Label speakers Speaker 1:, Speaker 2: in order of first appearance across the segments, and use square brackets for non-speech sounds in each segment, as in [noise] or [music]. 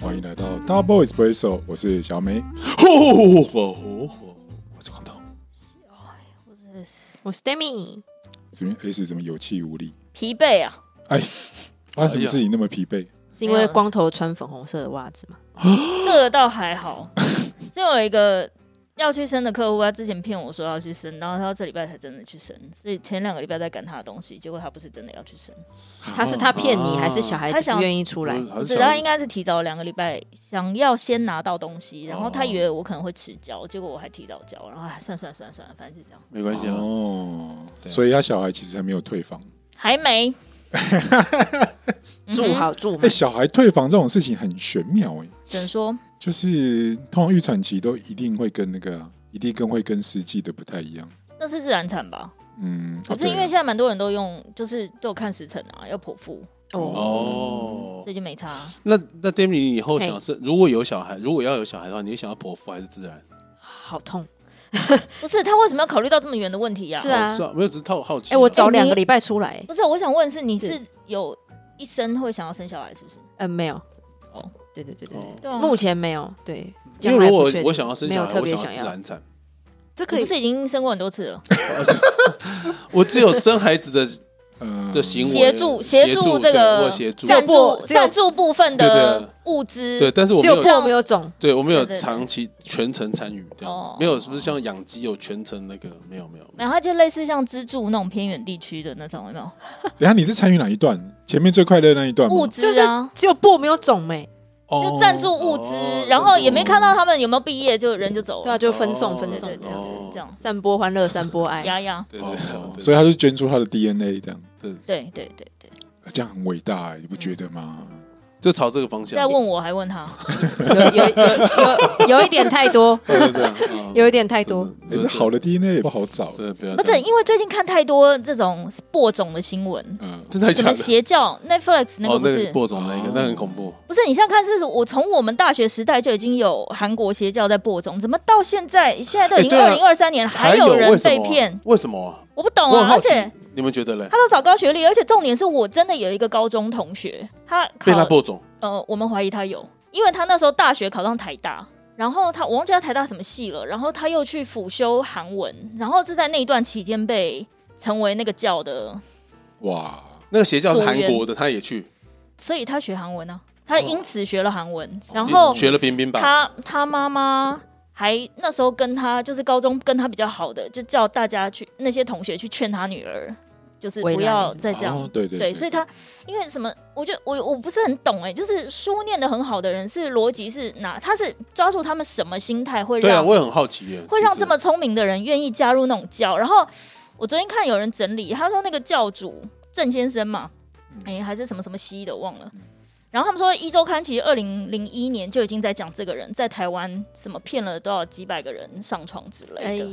Speaker 1: 欢迎来到 Double Espresso，我是小美。我是光头，
Speaker 2: 我是 Demi，
Speaker 1: 怎么 S 怎么有气无力？
Speaker 3: 疲惫啊，
Speaker 1: 哎，发生什么事情那么疲惫？
Speaker 2: 是因为光头穿粉红色的袜子嘛？
Speaker 3: 这个倒还
Speaker 2: [laughs]
Speaker 3: 好。是有一个要去生的客户，他之前骗我说要去生，然后他这礼拜才真的去生，所以前两个礼拜在赶他的东西，结果他不是真的要去生，
Speaker 4: 哦
Speaker 2: 他是他骗你，还是小孩
Speaker 3: 他
Speaker 2: 子
Speaker 3: 想
Speaker 2: 不愿意出来？
Speaker 3: 不是他应该是提早两个礼拜想要先拿到东西，然后他以为
Speaker 2: 哦
Speaker 3: 我可能会迟交，结果我还提早交，然后哎算算算算了，反正就这样，
Speaker 4: 没关系啊，
Speaker 1: 哦，所以他小孩其实还没有退房。
Speaker 3: 还没
Speaker 2: 住好住
Speaker 1: 哎，
Speaker 2: 满，
Speaker 1: 小孩退房这种事情很玄妙哎，
Speaker 3: 只能说
Speaker 1: 就是通常预产期都一定会跟那个啊、一定更会跟实际的不太一样。
Speaker 3: 那是自然产吧。
Speaker 2: 哦
Speaker 1: 嗯，
Speaker 3: 可是因为
Speaker 1: 啊
Speaker 3: 现在蛮多人都用，就是都有看时辰啊，要剖腹，
Speaker 2: 哦，
Speaker 4: 哦
Speaker 3: 所，以就没差。啊
Speaker 4: 那那 d a m i 你以后
Speaker 2: 嘿
Speaker 4: 想生，如果有小孩，如果要有小孩的话，你想要剖腹还是自然？
Speaker 2: 好痛！
Speaker 3: 不是他为什么要考虑到这么远的问题呀、
Speaker 2: 是啊
Speaker 4: 哦是，啊，没有，只是好好奇啊。
Speaker 2: 哎，我早
Speaker 3: 哎你
Speaker 2: 两个礼拜出来，
Speaker 3: 不是，我想问是你
Speaker 2: 是
Speaker 3: 是有一生会想要生小孩，是不是？
Speaker 2: 嗯，没有。
Speaker 3: 哦
Speaker 2: 对对对对
Speaker 4: 哦
Speaker 2: 对，
Speaker 3: 对啊
Speaker 2: 目前没有。对，
Speaker 4: 因
Speaker 2: 将
Speaker 4: 为
Speaker 2: 来
Speaker 4: 如
Speaker 2: 不
Speaker 4: 果
Speaker 2: 确定
Speaker 4: 我想要生
Speaker 2: 没
Speaker 4: 小
Speaker 2: 有
Speaker 4: 孩，
Speaker 2: 特
Speaker 4: 我
Speaker 2: 别
Speaker 4: 想要
Speaker 2: 想
Speaker 4: 自
Speaker 2: 要，
Speaker 4: 然产，
Speaker 2: 这可
Speaker 3: 你
Speaker 2: 以
Speaker 3: 不是已经生过很多次了？
Speaker 4: 我只有生孩
Speaker 2: [laughs]
Speaker 4: 子的
Speaker 1: 呃
Speaker 4: 的行为
Speaker 3: 协助
Speaker 4: 协
Speaker 3: 协助
Speaker 4: 助
Speaker 3: 这个
Speaker 4: 对我协助
Speaker 2: 这，样
Speaker 3: 赞助
Speaker 2: 只有
Speaker 3: 赞助部分
Speaker 4: 对
Speaker 3: 的物资，
Speaker 4: 对，但是我
Speaker 2: 只
Speaker 4: 没
Speaker 2: 有
Speaker 4: 有，
Speaker 2: 破没有肿，
Speaker 4: 对我没有
Speaker 3: 对对对
Speaker 4: 长期全程参与，这
Speaker 3: 哦
Speaker 4: 样没有，是不是像养鸡有全程那个？没有没有，
Speaker 3: 然后就类似像资助那种偏远地区的那种，有没有
Speaker 1: 等一下你是参与哪一段？前面最快乐那一段吗？
Speaker 3: 物资啊？
Speaker 2: 只有破没有肿没。
Speaker 3: 就赞助物资，
Speaker 4: 哦
Speaker 3: 然后也没看到他们有没有毕业，就人就走
Speaker 2: 对啊，
Speaker 3: 了。
Speaker 2: 就分送分
Speaker 3: 对
Speaker 4: 哦
Speaker 2: 送
Speaker 3: 对
Speaker 2: 这
Speaker 3: 对
Speaker 2: 样，
Speaker 3: 对，这样
Speaker 2: 散播欢乐，散播爱。
Speaker 3: 呀呀，
Speaker 4: 对
Speaker 1: 哦
Speaker 4: 对对，
Speaker 1: 所以他就捐出他的 DNA 这样，
Speaker 3: 对对对对，
Speaker 1: 这样很伟大、欸，你不觉得吗？
Speaker 4: 就朝这个方向
Speaker 3: 在。问我还问
Speaker 4: [laughs]
Speaker 3: 他，
Speaker 2: 有有有有有一点太多，
Speaker 4: 对对对，嗯
Speaker 2: [laughs] 有一点太多。
Speaker 1: 哎、这好的 DNA 也不好找。
Speaker 4: 对，不要
Speaker 3: 不
Speaker 4: 这
Speaker 3: 是
Speaker 4: 样
Speaker 3: 因为最近看太多这种播种的新闻，
Speaker 1: 嗯，
Speaker 4: 真 [laughs] 的
Speaker 3: 什
Speaker 4: 假
Speaker 3: 么
Speaker 4: 的？
Speaker 3: 邪教 Netflix 那个
Speaker 4: 哦，
Speaker 3: 不
Speaker 4: 那
Speaker 3: 是
Speaker 4: 个播种那个，那很恐怖。
Speaker 3: 不是，你像看是我从我们大学时代就已经有韩国邪教在播种，怎么到现在现在都已
Speaker 4: 哎
Speaker 3: 经
Speaker 4: 对啊
Speaker 3: 二零二三年还有人被骗？
Speaker 4: 为什么啊？
Speaker 3: 我不懂
Speaker 4: 我很
Speaker 3: 啊！
Speaker 4: 好
Speaker 3: 而
Speaker 4: 奇
Speaker 3: 且，
Speaker 4: 你们觉得嘞
Speaker 3: 他？都找高学历，而且重点是我真的有一个高中同学，他
Speaker 4: 被他
Speaker 3: 考
Speaker 4: 播种，
Speaker 3: 呃，我们怀疑他有，因为他那时候大学考上台大。然后他，我忘记他台大什么系了。然后他又去辅修韩文，然后是在那一段期间被成为那个教的，
Speaker 1: 哇，
Speaker 4: 那个邪教是
Speaker 3: 溯
Speaker 4: 韩
Speaker 3: 源
Speaker 4: 国的，他也去，
Speaker 3: 所以他学韩文啊，他因此学了韩文。然
Speaker 4: 也
Speaker 3: 后
Speaker 4: 学了冰冰吧。
Speaker 3: 他他妈妈还那时候跟他就是高中跟他比较好的，就叫大家去那些同学去劝他女儿，就是
Speaker 2: 为
Speaker 3: 不
Speaker 2: 难
Speaker 3: 要
Speaker 2: 你
Speaker 3: 再这样。
Speaker 1: 哦，对对
Speaker 3: 对，所以他因为什么？我就我我不是很懂哎、就是书念的很好的人是逻辑是哪？他是抓住他们什么心态会
Speaker 4: 对啊，
Speaker 3: 让、
Speaker 4: 我也很好奇耶，
Speaker 3: 会让
Speaker 4: 其实
Speaker 3: 这么聪明的人愿意加入那种教？然后我昨天看有人整理，他说那个教主郑先生嘛，
Speaker 4: 嗯
Speaker 3: 哎、还是什么什么西的忘了。然后他们说，《一周刊》其实二零零一年就已经在讲这个人在台湾什么骗了多少几百个人上床之类
Speaker 2: 哎
Speaker 3: 的。，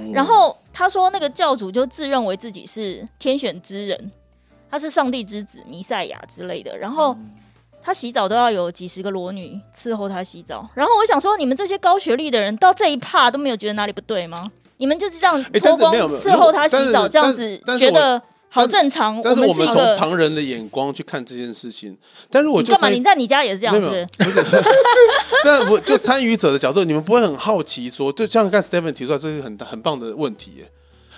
Speaker 4: 嗯
Speaker 3: 然后他说，那个教主就自认为自己是天选之人，他是上帝之子、弥赛亚之类的。然后
Speaker 4: 嗯
Speaker 3: 他洗澡都要有几十个裸女伺候他洗澡。然后我想说，你们这些高学历的人到这一趴都没有觉得哪里不对吗？你们就是这样脱
Speaker 4: 哎但是
Speaker 3: 光
Speaker 4: 没有没有
Speaker 3: 伺候他洗
Speaker 4: 但
Speaker 3: 澡，
Speaker 4: 是
Speaker 3: 这样
Speaker 4: 哎但
Speaker 3: 子
Speaker 4: 但是
Speaker 3: 觉
Speaker 4: 我
Speaker 3: 得好
Speaker 4: 但
Speaker 3: 正常。
Speaker 4: 但是
Speaker 3: 我
Speaker 4: 我
Speaker 3: 们
Speaker 4: 们
Speaker 3: 是一
Speaker 4: 从
Speaker 3: 个
Speaker 4: 旁人的眼光去看这件事情，但如果
Speaker 3: 你
Speaker 4: 就
Speaker 3: 干嘛？
Speaker 4: 参与
Speaker 3: 你在你家也是这样
Speaker 4: 没
Speaker 3: 是
Speaker 4: 有
Speaker 3: 不
Speaker 4: 没有
Speaker 3: 是？
Speaker 4: 不是，但我就参与者的角度，你们不会很好奇说，就像刚才 Stephen 提出来，这是很大很棒的问题耶。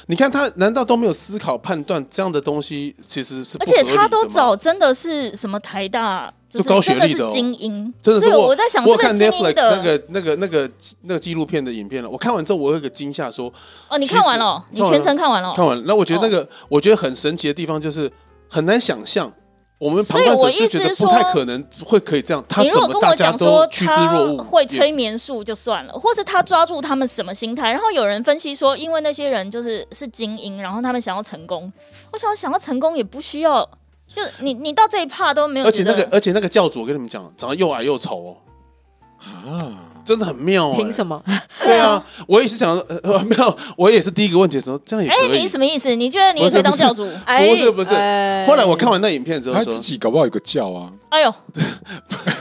Speaker 4: 你看他难道都没有思考判断这样的东西其实是不
Speaker 3: 而
Speaker 4: 合理
Speaker 3: 且
Speaker 4: 的吗？
Speaker 3: 他都找真的是什么台大，
Speaker 4: 就是高学历
Speaker 3: 真
Speaker 4: 的
Speaker 3: 的
Speaker 4: 哦
Speaker 3: 是精英，
Speaker 4: 真的是
Speaker 3: 所以
Speaker 4: 我
Speaker 3: 我在想是
Speaker 4: 我
Speaker 3: 不是
Speaker 4: 看
Speaker 3: 精英
Speaker 4: Netflix
Speaker 3: 的？
Speaker 4: 那个那个那个那个纪录片的影片了，我看完之后我有一个惊吓，说
Speaker 3: 哦，你
Speaker 4: 其
Speaker 3: 看
Speaker 4: 实
Speaker 3: 完了，你
Speaker 4: 看完
Speaker 3: 全
Speaker 4: 了
Speaker 3: 程看完了，
Speaker 4: 看完，那我觉得那个我觉得很神奇的地方就是很难想象，我们旁观
Speaker 3: 所
Speaker 4: 者
Speaker 3: 以我
Speaker 4: 就
Speaker 3: 意思
Speaker 4: 觉得
Speaker 3: 是
Speaker 4: 不太
Speaker 3: 说
Speaker 4: 可能会可以这样，他
Speaker 3: 你
Speaker 4: 怎
Speaker 3: 如果
Speaker 4: 么
Speaker 3: 跟
Speaker 4: 大
Speaker 3: 我
Speaker 4: 家
Speaker 3: 讲
Speaker 4: 都
Speaker 3: 说
Speaker 4: 趋之若鹜？
Speaker 3: 他会
Speaker 4: 也
Speaker 3: 催眠术就算了，或是他抓住他们什么心态？然后有人分析说，因为那些人就是是精英，然后他们想要成功。我想想要成功也不需要，就你你到这一趴都没有
Speaker 4: 而
Speaker 3: 觉
Speaker 4: 且
Speaker 3: 得。
Speaker 4: 那个，而且那个教主，我跟你们讲，长得又矮又丑哦，
Speaker 1: 啊，
Speaker 4: 真的很妙哦、
Speaker 2: 凭
Speaker 4: 么？
Speaker 2: 什么？
Speaker 4: 对啊，我也是想，呃，呃 [laughs] 没有，我也是第一个问题说，这样也
Speaker 3: 哎、
Speaker 4: 可以。
Speaker 3: 你什么意思？你觉得你也
Speaker 4: 不是
Speaker 3: 可以当
Speaker 4: 不是
Speaker 3: 教主？
Speaker 2: 哎，
Speaker 4: 不是不是
Speaker 2: 哎
Speaker 4: 后来我看完那影片之后
Speaker 1: 他
Speaker 4: 说
Speaker 1: 自，己搞不好有个教啊，
Speaker 3: 哎
Speaker 4: [laughs]
Speaker 3: 呦，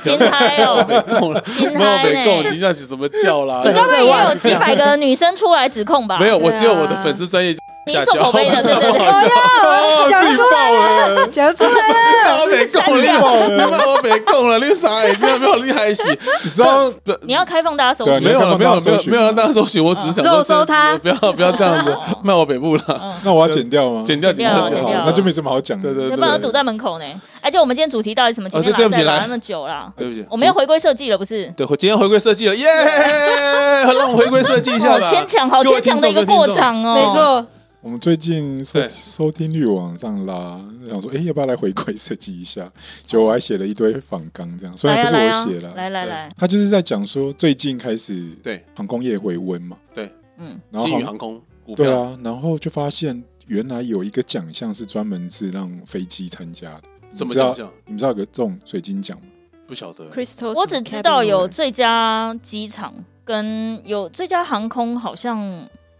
Speaker 3: 金胎
Speaker 4: 没 [laughs]
Speaker 3: 哦！
Speaker 4: 空了，
Speaker 3: 金
Speaker 4: 没有
Speaker 3: 胎
Speaker 4: 没空，
Speaker 3: 呢
Speaker 4: 你这样是什么叫啦？
Speaker 2: 粉
Speaker 3: 刚
Speaker 2: 丝
Speaker 3: 刚也有几百个女生出来指控吧？
Speaker 4: 没有，我
Speaker 2: 对啊
Speaker 4: 只有我的粉丝专业
Speaker 3: 你
Speaker 4: 下
Speaker 3: 是
Speaker 4: 脚，
Speaker 3: 做口碑的，对对
Speaker 4: [laughs]
Speaker 3: 对，
Speaker 4: 好笑，
Speaker 5: 讲
Speaker 4: 哦自己
Speaker 5: 出
Speaker 4: 爆了。
Speaker 5: 讲出来了。
Speaker 4: 我没供了，你爆了，你妈我没供了，你啥也没有厉害死，
Speaker 1: 你知道
Speaker 4: 不
Speaker 3: 你要开放大家搜
Speaker 1: 对啊
Speaker 3: 寻
Speaker 1: 你要
Speaker 4: 没有
Speaker 1: 看
Speaker 4: 了，
Speaker 1: 放大搜
Speaker 4: 没有了，没有
Speaker 1: 寻
Speaker 4: 没有让大家搜寻，我只是想
Speaker 2: 肉搜他
Speaker 4: 不要不要这样子，卖我北部了，
Speaker 1: 那我要剪掉吗？
Speaker 4: 剪掉剪
Speaker 3: 掉
Speaker 1: 好
Speaker 3: 嗯剪掉
Speaker 1: 那就没什么好讲的。
Speaker 4: 对对
Speaker 3: 要
Speaker 4: 对
Speaker 3: 不然我堵在门口呢。而且我们今天主题到底什么？今天
Speaker 4: 哦对对不起
Speaker 3: 来
Speaker 4: 来
Speaker 3: 那么久啦，
Speaker 4: 对不起，
Speaker 3: 我们要回归设计了，不是？
Speaker 4: 对，我今天回归设计了，耶！让我们回归设计一下
Speaker 3: 好
Speaker 4: 吧。
Speaker 3: 牵强，哦好牵强的一个过场哦。
Speaker 2: 没，错，
Speaker 1: 我们最近收
Speaker 4: 对
Speaker 1: 收听率往上拉，想说，哎，要不要来回馈设计一下？就我还写了一堆访纲，这样虽
Speaker 3: 来
Speaker 1: 然
Speaker 3: 啊
Speaker 1: 不是
Speaker 3: 来
Speaker 1: 我
Speaker 3: 啊
Speaker 1: 写，了，
Speaker 3: 来来
Speaker 4: 对
Speaker 3: 来，
Speaker 1: 他就是在讲说最近开始
Speaker 4: 对
Speaker 1: 航空业回温嘛，
Speaker 4: 对，
Speaker 3: 嗯，
Speaker 1: 然后
Speaker 4: 新宇
Speaker 1: 航
Speaker 4: 航空股
Speaker 1: 对
Speaker 4: 票，
Speaker 1: 啊，然后就发现原来有一个奖项是专门是让飞机参加的，
Speaker 4: 什
Speaker 1: 你
Speaker 4: 么
Speaker 1: 知道
Speaker 4: 奖项？
Speaker 1: 你们知道有个这种水晶奖吗？
Speaker 4: 不晓得。
Speaker 2: Crystal，
Speaker 3: 我只知道有最佳机场跟有最佳航空，好像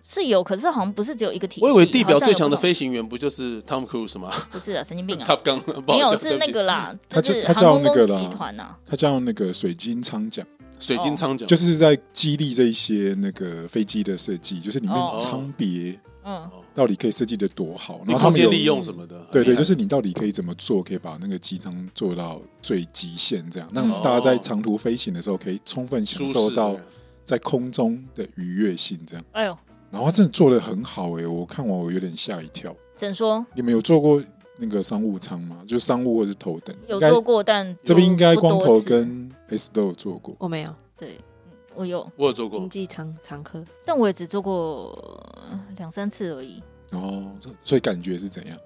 Speaker 3: 是有，可是好像不是只有一个体系。
Speaker 4: 我以为地表最强的
Speaker 3: 好像有
Speaker 4: 飞行员不就是汤姆·克鲁斯吗？
Speaker 3: 不同，不是啊，神经病
Speaker 4: 他
Speaker 3: 啊，
Speaker 4: 刚不
Speaker 3: 没
Speaker 4: 好
Speaker 3: 有
Speaker 4: 笑，
Speaker 3: 是
Speaker 4: 对
Speaker 3: 那
Speaker 4: 不起，
Speaker 3: 个啦，
Speaker 1: 他
Speaker 3: 就是
Speaker 1: 叫他叫
Speaker 3: 航空
Speaker 1: 那
Speaker 3: 公
Speaker 1: 个
Speaker 3: 司
Speaker 1: 啦
Speaker 3: 集团啊呐，
Speaker 1: 它叫那个水晶舱奖，
Speaker 4: 水晶舱奖
Speaker 1: 就，是在激励这一些那个飞机的设计，就是里面
Speaker 3: 哦
Speaker 1: 舱别
Speaker 3: 嗯，
Speaker 1: 到底可以设计的多好，
Speaker 4: 你
Speaker 1: 然后他
Speaker 4: 空
Speaker 1: 们
Speaker 4: 间
Speaker 1: 有
Speaker 4: 利用什么的，
Speaker 1: 对对，
Speaker 4: 很厉害
Speaker 1: 就是你到底可以怎么做，可以把那个机舱做到最极限，这样让
Speaker 3: 嗯
Speaker 1: 大家在长途飞行的时候可以充分享
Speaker 4: 舒
Speaker 1: 受
Speaker 4: 适
Speaker 1: 到
Speaker 4: 的
Speaker 1: 在空中的愉悦性，这样。
Speaker 3: 哎呦，
Speaker 1: 然后他真的做的很好诶、我看完我有点吓一跳。
Speaker 3: 怎说
Speaker 1: 你们有做过那个商务舱吗？就商务或是头等？
Speaker 3: 有
Speaker 1: 应该
Speaker 3: 做过，但
Speaker 1: 这边应该
Speaker 3: 不多
Speaker 1: 光头
Speaker 3: 次
Speaker 1: 跟 S 都有做过。
Speaker 2: 我哦没有
Speaker 3: 对，嗯我有，
Speaker 4: 我有做过
Speaker 2: 经，济常常客，
Speaker 3: 但我也只做过呃两三次而已。
Speaker 1: 哦，所以感觉是怎样？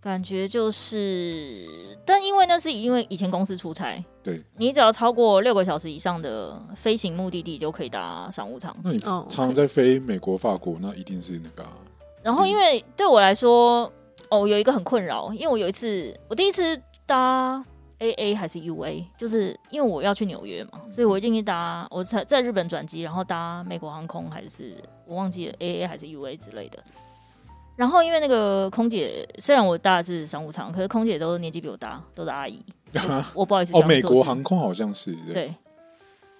Speaker 3: 感觉就是，但因为那是因为以前公司出差，
Speaker 1: 对，
Speaker 3: 你只要超过六个小时以上的飞行目的地，就可以搭商务舱。
Speaker 1: 那你
Speaker 2: 哦
Speaker 1: 常常在飞美国、法国，那一定是那个啊、
Speaker 3: 然后因为对我来说，哦，有一个很困扰，因为我有一次，我第一次搭 AA 还是 UA，就是因为我要去纽约
Speaker 1: 嗯
Speaker 3: 嘛，所以我一进去搭，我在在日本转机，然后搭美国航空还是我忘记了 AA 还是 UA 之类的。然后因为那个空姐，虽然我搭的是商务舱，可是空姐都年纪比我大，都是
Speaker 1: [laughs]
Speaker 3: 阿姨，我我不好意思
Speaker 1: 哦，
Speaker 3: 这样
Speaker 1: 美
Speaker 3: 做
Speaker 1: 国
Speaker 3: 事
Speaker 1: 航空好像是对
Speaker 3: 对。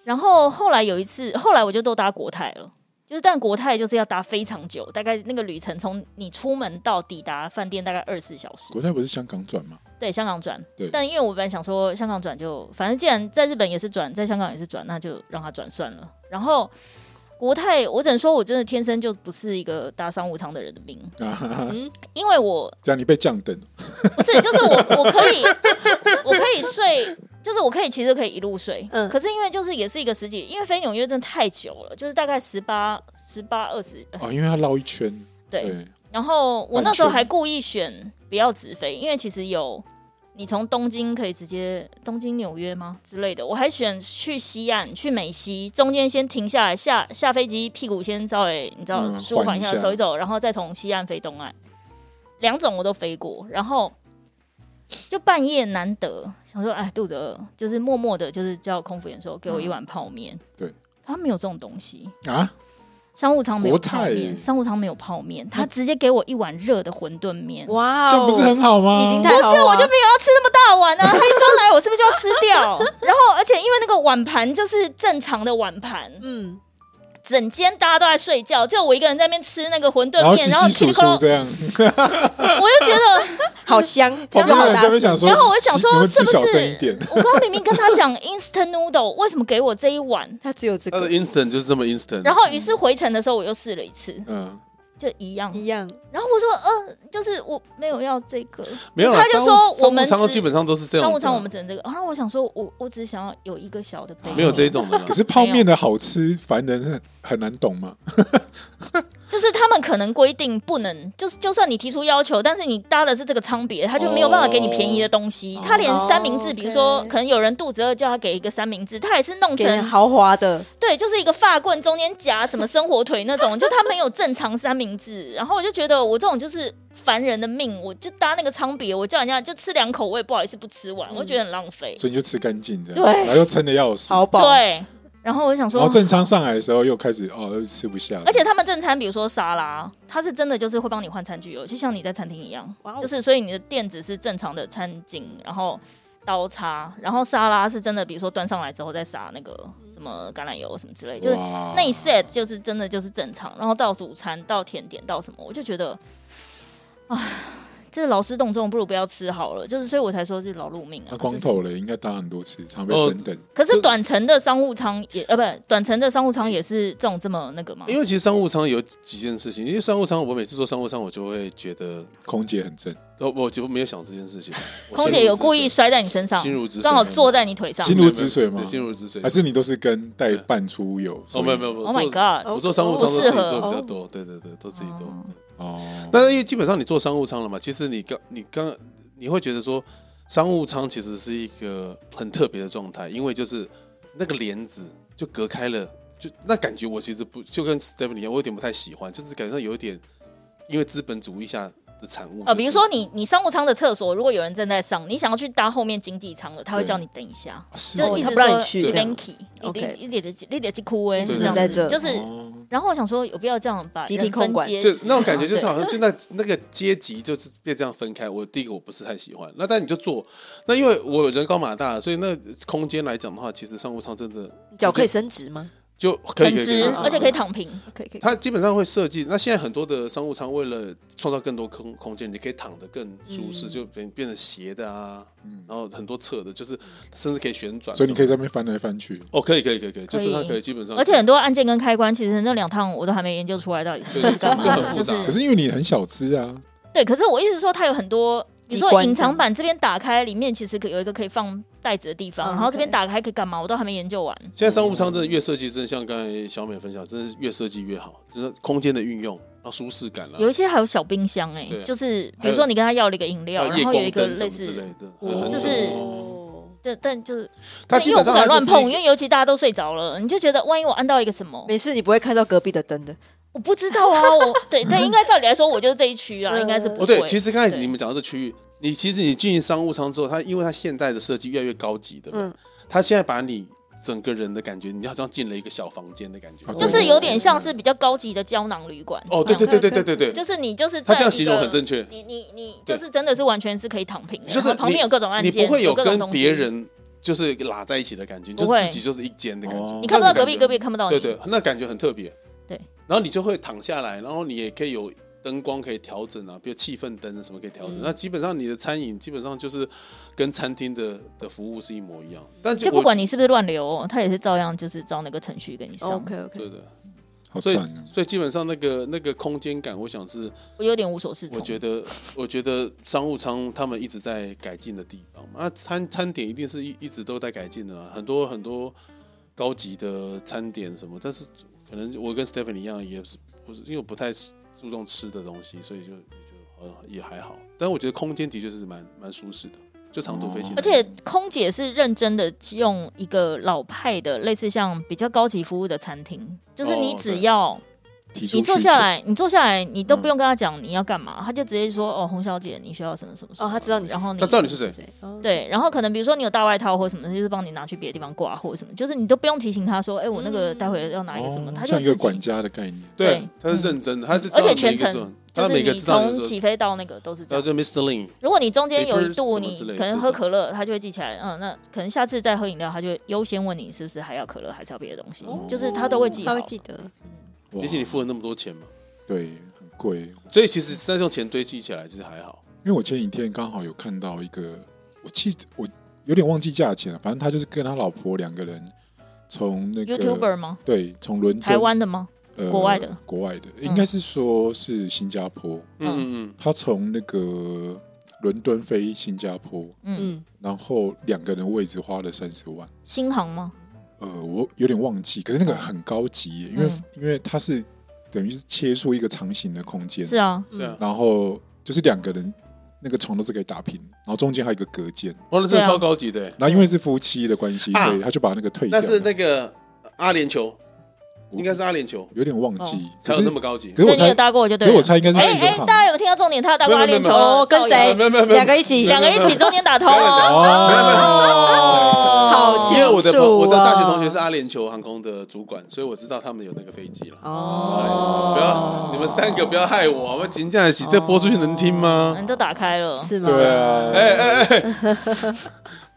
Speaker 3: 然后后来有一次，后来我就都搭国泰了，就是但国泰就是要搭非常久，大概那个旅程从你出门到抵达饭店大概二十四小时。
Speaker 1: 国泰不是香港转吗？
Speaker 3: 对，香港转
Speaker 1: 对。
Speaker 3: 但因为我本来想说香港转就，反正既然在日本也是转，在香港也是转，那就让它转算了。然后国泰，我只能说我真的天生就不是一个搭商务舱的人的
Speaker 1: [laughs]
Speaker 3: 命，嗯因为我
Speaker 1: 这样你被降等，
Speaker 3: 不是，就是我我可以我可以睡，就是我可以其实可以一路睡，
Speaker 2: 嗯
Speaker 3: 可是因为就是也是一个十几，因为飞纽约真的太久了，就是大概十八、十八、二十，呃
Speaker 1: 哦，因为他绕一圈，
Speaker 3: 对。
Speaker 1: 对，
Speaker 3: 然后我那时候还故意选不要直飞，因为其实有你从东京可以直接东京纽约吗之类的，我还选去西岸去美西，中间先停下来下下飞机，屁股先稍微你知道
Speaker 1: 嗯
Speaker 3: 舒缓
Speaker 1: 缓
Speaker 3: 一
Speaker 1: 一
Speaker 3: 下，
Speaker 1: 下
Speaker 3: 走一走，然后再从西岸飞东岸，两种我都飞过，然后。就半夜难得想说，哎，肚子饿，就是默默的，就是叫空服员说给我一碗泡面。
Speaker 1: 嗯对，
Speaker 3: 他没有这种东西，
Speaker 1: 啊，
Speaker 3: 商务舱没有
Speaker 1: 国
Speaker 3: 泡
Speaker 1: 泰
Speaker 3: 面，
Speaker 1: 耶
Speaker 3: 商务舱没有泡面，他直接给我一碗热的馄饨面。我
Speaker 2: 哇哦，
Speaker 1: 这样不是很好吗？
Speaker 2: 已经太好了，
Speaker 3: 就没有要吃那么大碗啊，他一端来我是不是就要吃
Speaker 2: [laughs]
Speaker 3: 掉？ [laughs] 然后而且因为那个碗盘就是正常的碗盘，
Speaker 2: 嗯，
Speaker 3: 整间大家都在睡觉，就我一个人在那边吃那个馄
Speaker 1: 然
Speaker 3: 饨
Speaker 1: 后
Speaker 3: 面，
Speaker 1: 洗
Speaker 3: 然后
Speaker 1: 洗
Speaker 3: 气
Speaker 1: 数
Speaker 3: 口，
Speaker 1: 数这
Speaker 3: [laughs]
Speaker 1: 样，
Speaker 3: 我就觉得
Speaker 2: 好
Speaker 4: [laughs]
Speaker 2: 香，
Speaker 1: 旁边
Speaker 2: 然后
Speaker 1: 的
Speaker 2: 好
Speaker 1: 人
Speaker 2: 大
Speaker 1: 在那边想说，
Speaker 3: 然后我想说
Speaker 1: 你们
Speaker 3: 是
Speaker 1: 吃
Speaker 3: 不是
Speaker 1: 小声一点，
Speaker 3: 我刚刚明明跟他讲 instant noodle，为什么给我这一碗？
Speaker 2: 他只有这
Speaker 4: 他的
Speaker 2: 个
Speaker 4: instant 就是这么 instant，
Speaker 3: 然后于是回程的时候我又试了一次， [laughs]
Speaker 1: 嗯，
Speaker 3: 就一样。
Speaker 2: 一样，
Speaker 3: 然后我说，呃，就是我没有要这个，
Speaker 4: 没有啦，
Speaker 3: 他就说
Speaker 4: 商务
Speaker 3: 我们
Speaker 4: 商务舱
Speaker 3: 只
Speaker 4: 基本上都是这样子啊，
Speaker 3: 商务舱我们只能这个。然后我想说，我我只想要有一个小的杯，
Speaker 4: 没有这一种的啊啦
Speaker 1: 可，是泡面的好吃，凡人很很难懂嘛。
Speaker 3: 就是他们可能规定不能，就是就算你提出要求，但是你搭的是这个舱别，他就没有办法给你便宜的东西。他连三明治，
Speaker 2: 哦
Speaker 3: 比如说
Speaker 2: OK
Speaker 3: 可能有人肚子饿，叫他给一个三明治，他也是弄
Speaker 2: 给人
Speaker 3: 成
Speaker 2: 豪华的，
Speaker 3: 对，就是一个发棍中间夹什么生火腿那种，就他没有正常三明治。然后我就觉得我这种就是凡人的命，我就搭那个舱别，我叫人家就吃两口，我也不好意思不吃完，我觉得很浪费。
Speaker 1: 所以你就吃干净这样，
Speaker 3: 对
Speaker 1: 然后又撑的要死，
Speaker 2: 好饱，
Speaker 3: 对，然后我想说，
Speaker 1: 然后正常上来的时候又开始哦，又吃不下了，
Speaker 3: 而且他们正餐，比如说沙拉，他是真的就是会帮你换餐具哦，就像你在餐厅一样
Speaker 2: 哇哦，
Speaker 3: 就是所以你的垫子是正常的餐巾，然后刀叉，然后沙拉是真的，比如说端上来之后再撒那个什么橄榄油什么之类，就是
Speaker 1: 哇
Speaker 3: 那一 set 就是真的就是正常，然后到主餐到甜点到什么，我就觉得，唉，这劳师动众不如不要吃好了，就是所以我才说是劳碌命啊。
Speaker 1: 那光
Speaker 3: 就是
Speaker 1: 头了，应该搭很多次，常被
Speaker 4: 哦
Speaker 1: 升等。
Speaker 3: 可是短程的商务舱也呃不，短程的商务舱也是这种这么那个吗？
Speaker 4: 因为其实商务舱有几件事情，因为商务舱我每次坐商务舱，我就会觉得，
Speaker 1: 空姐很正，
Speaker 4: 我我就没有想这件
Speaker 3: [laughs]
Speaker 4: 事情。我
Speaker 3: 空姐有故意摔在你身上
Speaker 4: 心如止，水
Speaker 3: 刚好坐在你腿上
Speaker 1: 心。如止水吗
Speaker 4: 对心如止水。
Speaker 1: 还是你都是跟代办出游？
Speaker 4: 嗯哦，没有没有没有
Speaker 3: Oh my
Speaker 4: 坐
Speaker 3: god！
Speaker 4: 我坐商务舱都自己
Speaker 3: 不适合
Speaker 4: 坐比较多，对对对，都自己坐。
Speaker 3: 哦
Speaker 1: 哦，
Speaker 4: 但是因为基本上你坐商务舱了嘛，其实你刚你刚你会觉得说，商务舱其实是一个很特别的状态，因为就是那个帘子就隔开了，就那感觉我其实不就跟 Stephanie 一样，我有点不太喜欢，就是感觉上有一点因为资本主义下的产物。
Speaker 3: 呃，比
Speaker 4: 就
Speaker 3: 如
Speaker 4: 是
Speaker 3: 说你你商务舱的厕所，如果有人正在上，你想要去搭后面经济舱了，他会叫你等一下，
Speaker 1: 是
Speaker 3: 就
Speaker 2: 哦
Speaker 3: 是一
Speaker 2: 他
Speaker 3: 直
Speaker 2: 不让
Speaker 3: 说
Speaker 2: 你去这样
Speaker 3: thank you，
Speaker 2: OK
Speaker 3: 一点一点去哭哎，
Speaker 4: 对
Speaker 3: 是
Speaker 4: 对
Speaker 3: 这样
Speaker 2: 只在
Speaker 3: 子。
Speaker 2: 这
Speaker 3: 就是
Speaker 1: 哦
Speaker 3: 然后我想说，有必要这样把
Speaker 2: 集体
Speaker 3: 人
Speaker 2: 控
Speaker 3: 分
Speaker 2: 管
Speaker 3: 阶
Speaker 4: 就
Speaker 3: 级
Speaker 4: 那种
Speaker 3: 吗
Speaker 4: 感觉，就是
Speaker 3: 啊对
Speaker 4: 好像就在那个阶级就是被这样分开。我第一个我不是太喜欢，那但你就做，那因为我人高马大，所以那空间来讲的话，其实商务舱真的
Speaker 2: 脚可以伸直吗？
Speaker 4: 就可
Speaker 3: 很
Speaker 4: 以可以嗯可以
Speaker 3: 直，
Speaker 4: 可以
Speaker 3: 而且可以躺平。
Speaker 2: 可以可以。
Speaker 4: 它基本上会设计，那现在很多的商务舱为了创造更多空空间，你可以躺得更舒
Speaker 3: 嗯
Speaker 4: 适，就变变成斜的啊，然后很多侧的，就是甚至可以旋转。
Speaker 1: 所以你可以在那边翻来翻去。
Speaker 4: 哦，可以可以可以可以，就是它
Speaker 3: 可以
Speaker 4: 可以基本上，
Speaker 3: 而且很多按键跟开关，其实那两趟我都还没研究出来到底是
Speaker 4: 对
Speaker 3: 干嘛
Speaker 4: 就
Speaker 3: 的，
Speaker 4: 很
Speaker 3: 就
Speaker 4: 复杂
Speaker 1: 可
Speaker 3: 是
Speaker 1: 是因为你很小资啊，
Speaker 3: 对。可是我意思是说，它有很多，你
Speaker 2: 机
Speaker 3: 说
Speaker 2: 关
Speaker 3: 隐藏版这边打开，里面其实可有一个可以放袋子的地方，
Speaker 2: 嗯
Speaker 3: 然后这边
Speaker 2: OK
Speaker 3: 打开可以干嘛，我都还没研究完。
Speaker 4: 现在商务舱真的越设计，真的像刚才小美分享，真的是越设计越好，就是空间的运用，然后舒适感啦、
Speaker 3: 有一些还有小冰箱哎
Speaker 4: 对啊，
Speaker 3: 就是比
Speaker 4: 还有
Speaker 3: 如说你跟他要了一个饮料，
Speaker 4: 还有夜
Speaker 3: 哦然后有一
Speaker 4: 光
Speaker 3: 个
Speaker 4: 灯什
Speaker 3: 类
Speaker 4: 么之
Speaker 3: 似
Speaker 4: 类，的，
Speaker 2: 哦
Speaker 4: 很
Speaker 3: 就是
Speaker 4: 哦
Speaker 3: 但但就是
Speaker 4: 它
Speaker 3: 因
Speaker 4: 基
Speaker 3: 为我
Speaker 4: 本
Speaker 3: 不敢
Speaker 4: 上它
Speaker 3: 乱
Speaker 4: 就是
Speaker 3: 碰，
Speaker 4: 一
Speaker 3: 因为尤其大家都睡着了，你就觉得万一我按到一个什么，
Speaker 2: 没事，你不会看到隔壁的灯的。
Speaker 3: 我不知道啊，我
Speaker 2: [laughs]
Speaker 3: 对，但应该照理来说，我就是这一区啊，应该是不
Speaker 4: 哦，
Speaker 3: 会。
Speaker 4: 对，其实刚才
Speaker 3: 对
Speaker 4: 你们讲到这区域，你其实你进商务舱之后，它因为它现代的设计越来越高级的，嗯
Speaker 2: 嗯，
Speaker 4: 它现在把你整个人的感觉，你好像进了一个小房间的感觉
Speaker 1: 哦，
Speaker 3: 就是有点像是比较高级的胶囊旅馆。
Speaker 4: 哦，对对对对对对对，
Speaker 3: 就是你就是
Speaker 4: 他
Speaker 3: 在
Speaker 4: 这样
Speaker 3: 一
Speaker 4: 形容
Speaker 3: 个
Speaker 4: 很正确
Speaker 3: 你你你
Speaker 4: 对
Speaker 3: 就是真的是完全是可以躺平的，
Speaker 4: 就是
Speaker 3: 然后旁
Speaker 4: 你
Speaker 3: 边有各种按
Speaker 4: 你
Speaker 3: 键，
Speaker 4: 不会有
Speaker 3: 各种
Speaker 4: 跟
Speaker 3: 东西
Speaker 4: 别。人就是拉在一起的感觉，
Speaker 3: 不
Speaker 4: 就是
Speaker 3: 会
Speaker 4: 自己就是一间的感觉
Speaker 1: 哦，
Speaker 3: 你看不到隔壁，
Speaker 4: 那种感觉
Speaker 3: 隔壁也看不到你。
Speaker 4: 对对，那感觉很特别。
Speaker 3: 对，
Speaker 4: 然后你就会躺下来，然后你也可以有灯光可以调整啊，比如气氛灯什么可以调整。
Speaker 3: 嗯
Speaker 4: 那基本上你的餐饮基本上就是跟餐厅的的服务是一模一样，但
Speaker 3: 就
Speaker 4: 我
Speaker 3: 不管你是不是乱流、哦，他也是照样就是照那个程序跟你上。
Speaker 2: 哦 OK OK，
Speaker 4: 对的，
Speaker 1: 好
Speaker 4: 所以
Speaker 1: 赞啊！
Speaker 4: 所以基本上那个那个空间感，我想是
Speaker 3: 我有点无所适
Speaker 4: 我
Speaker 3: 从。
Speaker 4: 觉得我觉得商务舱他们一直在改进的地方嘛。那餐餐点一定是一一直都在改进的、啊，很多很多高级的餐点什么，但是可能我跟 Stephen 一样，也是不是因为我不太注重吃的东西，所以就就呃也还好。但我觉得空间的确是蛮蛮舒适的，就长途飞行
Speaker 1: 哦
Speaker 3: 而
Speaker 4: 来讲，
Speaker 3: 且空姐是认真的用一个老派的，类似像比较高级服务的餐厅，就是你
Speaker 4: 哦
Speaker 3: 只
Speaker 4: 对
Speaker 3: 要
Speaker 1: 提出
Speaker 3: 你坐
Speaker 1: 需
Speaker 3: 下
Speaker 1: 求，
Speaker 3: 来，你坐下来，你
Speaker 4: 嗯
Speaker 3: 都不用跟他讲你要干嘛，他就直接说哦，洪小姐，你需要什么什么什么。
Speaker 2: 哦，他知道你是
Speaker 3: 然后你
Speaker 4: 他知道你是谁，
Speaker 2: 谁，哦，
Speaker 3: 对，然后可能比如说你有大外套或什么，他就是帮你拿去别的地方挂或什么，就是你都不用提醒他说，哎，我那个待会要拿一个什么，
Speaker 1: 哦
Speaker 3: 他就
Speaker 1: 像一个
Speaker 3: 自己
Speaker 1: 管。家的概念。
Speaker 4: 对
Speaker 3: 对，嗯
Speaker 4: 他是认真的，他是
Speaker 3: 而且全
Speaker 4: 知道每
Speaker 3: 程就是
Speaker 4: 一个做他每个
Speaker 3: 你
Speaker 4: 知道
Speaker 3: 从
Speaker 4: 你说，
Speaker 3: 起飞到那个都是这
Speaker 4: 然后
Speaker 3: 样。
Speaker 4: 就 Mr. Lin，
Speaker 3: 如果你中间有一
Speaker 4: Papers
Speaker 3: 度
Speaker 4: 什么
Speaker 3: 你
Speaker 4: 之类的
Speaker 3: 可能
Speaker 4: 这
Speaker 3: 喝
Speaker 4: 种
Speaker 3: 可乐，他就会记起来，嗯，那可能下次再喝饮料，他就会优先问你是不是还要可乐，还是要别的东西，就是他都会记好。
Speaker 2: 他会记得。
Speaker 1: 哇
Speaker 4: 毕竟你付了那么多钱嘛，
Speaker 1: 对很贵，哦
Speaker 4: 所以其实那种钱堆积起来其实还好。
Speaker 1: 因为我前几天刚好有看到一个，我记得我有点忘记价钱了，反正他就是跟他老婆两个人从那个
Speaker 3: YouTuber 吗？
Speaker 1: 对，从伦敦
Speaker 3: 台湾的吗？
Speaker 1: 呃
Speaker 3: 国外的嗯
Speaker 1: 国外的，应该是说是新加坡，
Speaker 4: 嗯嗯嗯，
Speaker 1: 他从那个伦敦飞新加坡，
Speaker 3: 嗯，
Speaker 2: 嗯，
Speaker 1: 然后两个人位置花了三十万。
Speaker 3: 新航吗？
Speaker 1: 呃，我有点忘记，可是那个很高级耶，因为、
Speaker 3: 嗯
Speaker 1: 因为它是等于是切出一个长形的空间，
Speaker 3: 是啊，
Speaker 4: 对啊。
Speaker 1: 然后就是两个人那个床都是可以打平，然后中间还有一个隔间，
Speaker 4: 哇，那真的
Speaker 3: 对啊
Speaker 4: 超高级的欸，
Speaker 1: 然后因为是夫妻的关系，
Speaker 4: 啊
Speaker 1: 所以他就把那个退掉
Speaker 4: 那
Speaker 1: 了。
Speaker 4: 是那个阿联酋，
Speaker 1: 我
Speaker 4: 应该是阿联酋
Speaker 1: 有点忘记，可
Speaker 4: 才有
Speaker 1: 是
Speaker 4: 那么高级。
Speaker 1: 可是
Speaker 3: 所
Speaker 1: 我
Speaker 3: 以你有
Speaker 1: 猜，
Speaker 3: 搭过我就
Speaker 1: 可
Speaker 3: 对
Speaker 1: 是
Speaker 3: 了。
Speaker 1: 我猜应该是
Speaker 3: 哎
Speaker 1: 新
Speaker 3: 哎，
Speaker 1: 航。
Speaker 3: 大家有听到重点？他有搭过阿联酋
Speaker 2: 哦，跟
Speaker 3: 造谣
Speaker 2: 谁
Speaker 4: 没有没有没有
Speaker 2: 两个一起，
Speaker 3: 两个一起中间打通哦。
Speaker 1: 哦，
Speaker 4: 没有没有
Speaker 2: 好
Speaker 4: 因
Speaker 2: 清
Speaker 4: 为我的朋
Speaker 2: 楚
Speaker 4: 我的大学
Speaker 2: 哦
Speaker 4: 同学是阿联酋航空的主管，所以我知道他们有那个飞机了。
Speaker 2: 哦，
Speaker 4: 不要，你们三个不要害我，我们请假
Speaker 3: 哦
Speaker 4: 起，这播出去能听吗？哎
Speaker 3: 你都打开了，
Speaker 2: 是吗？
Speaker 1: 对啊，
Speaker 4: 哎哎哎，
Speaker 1: 啊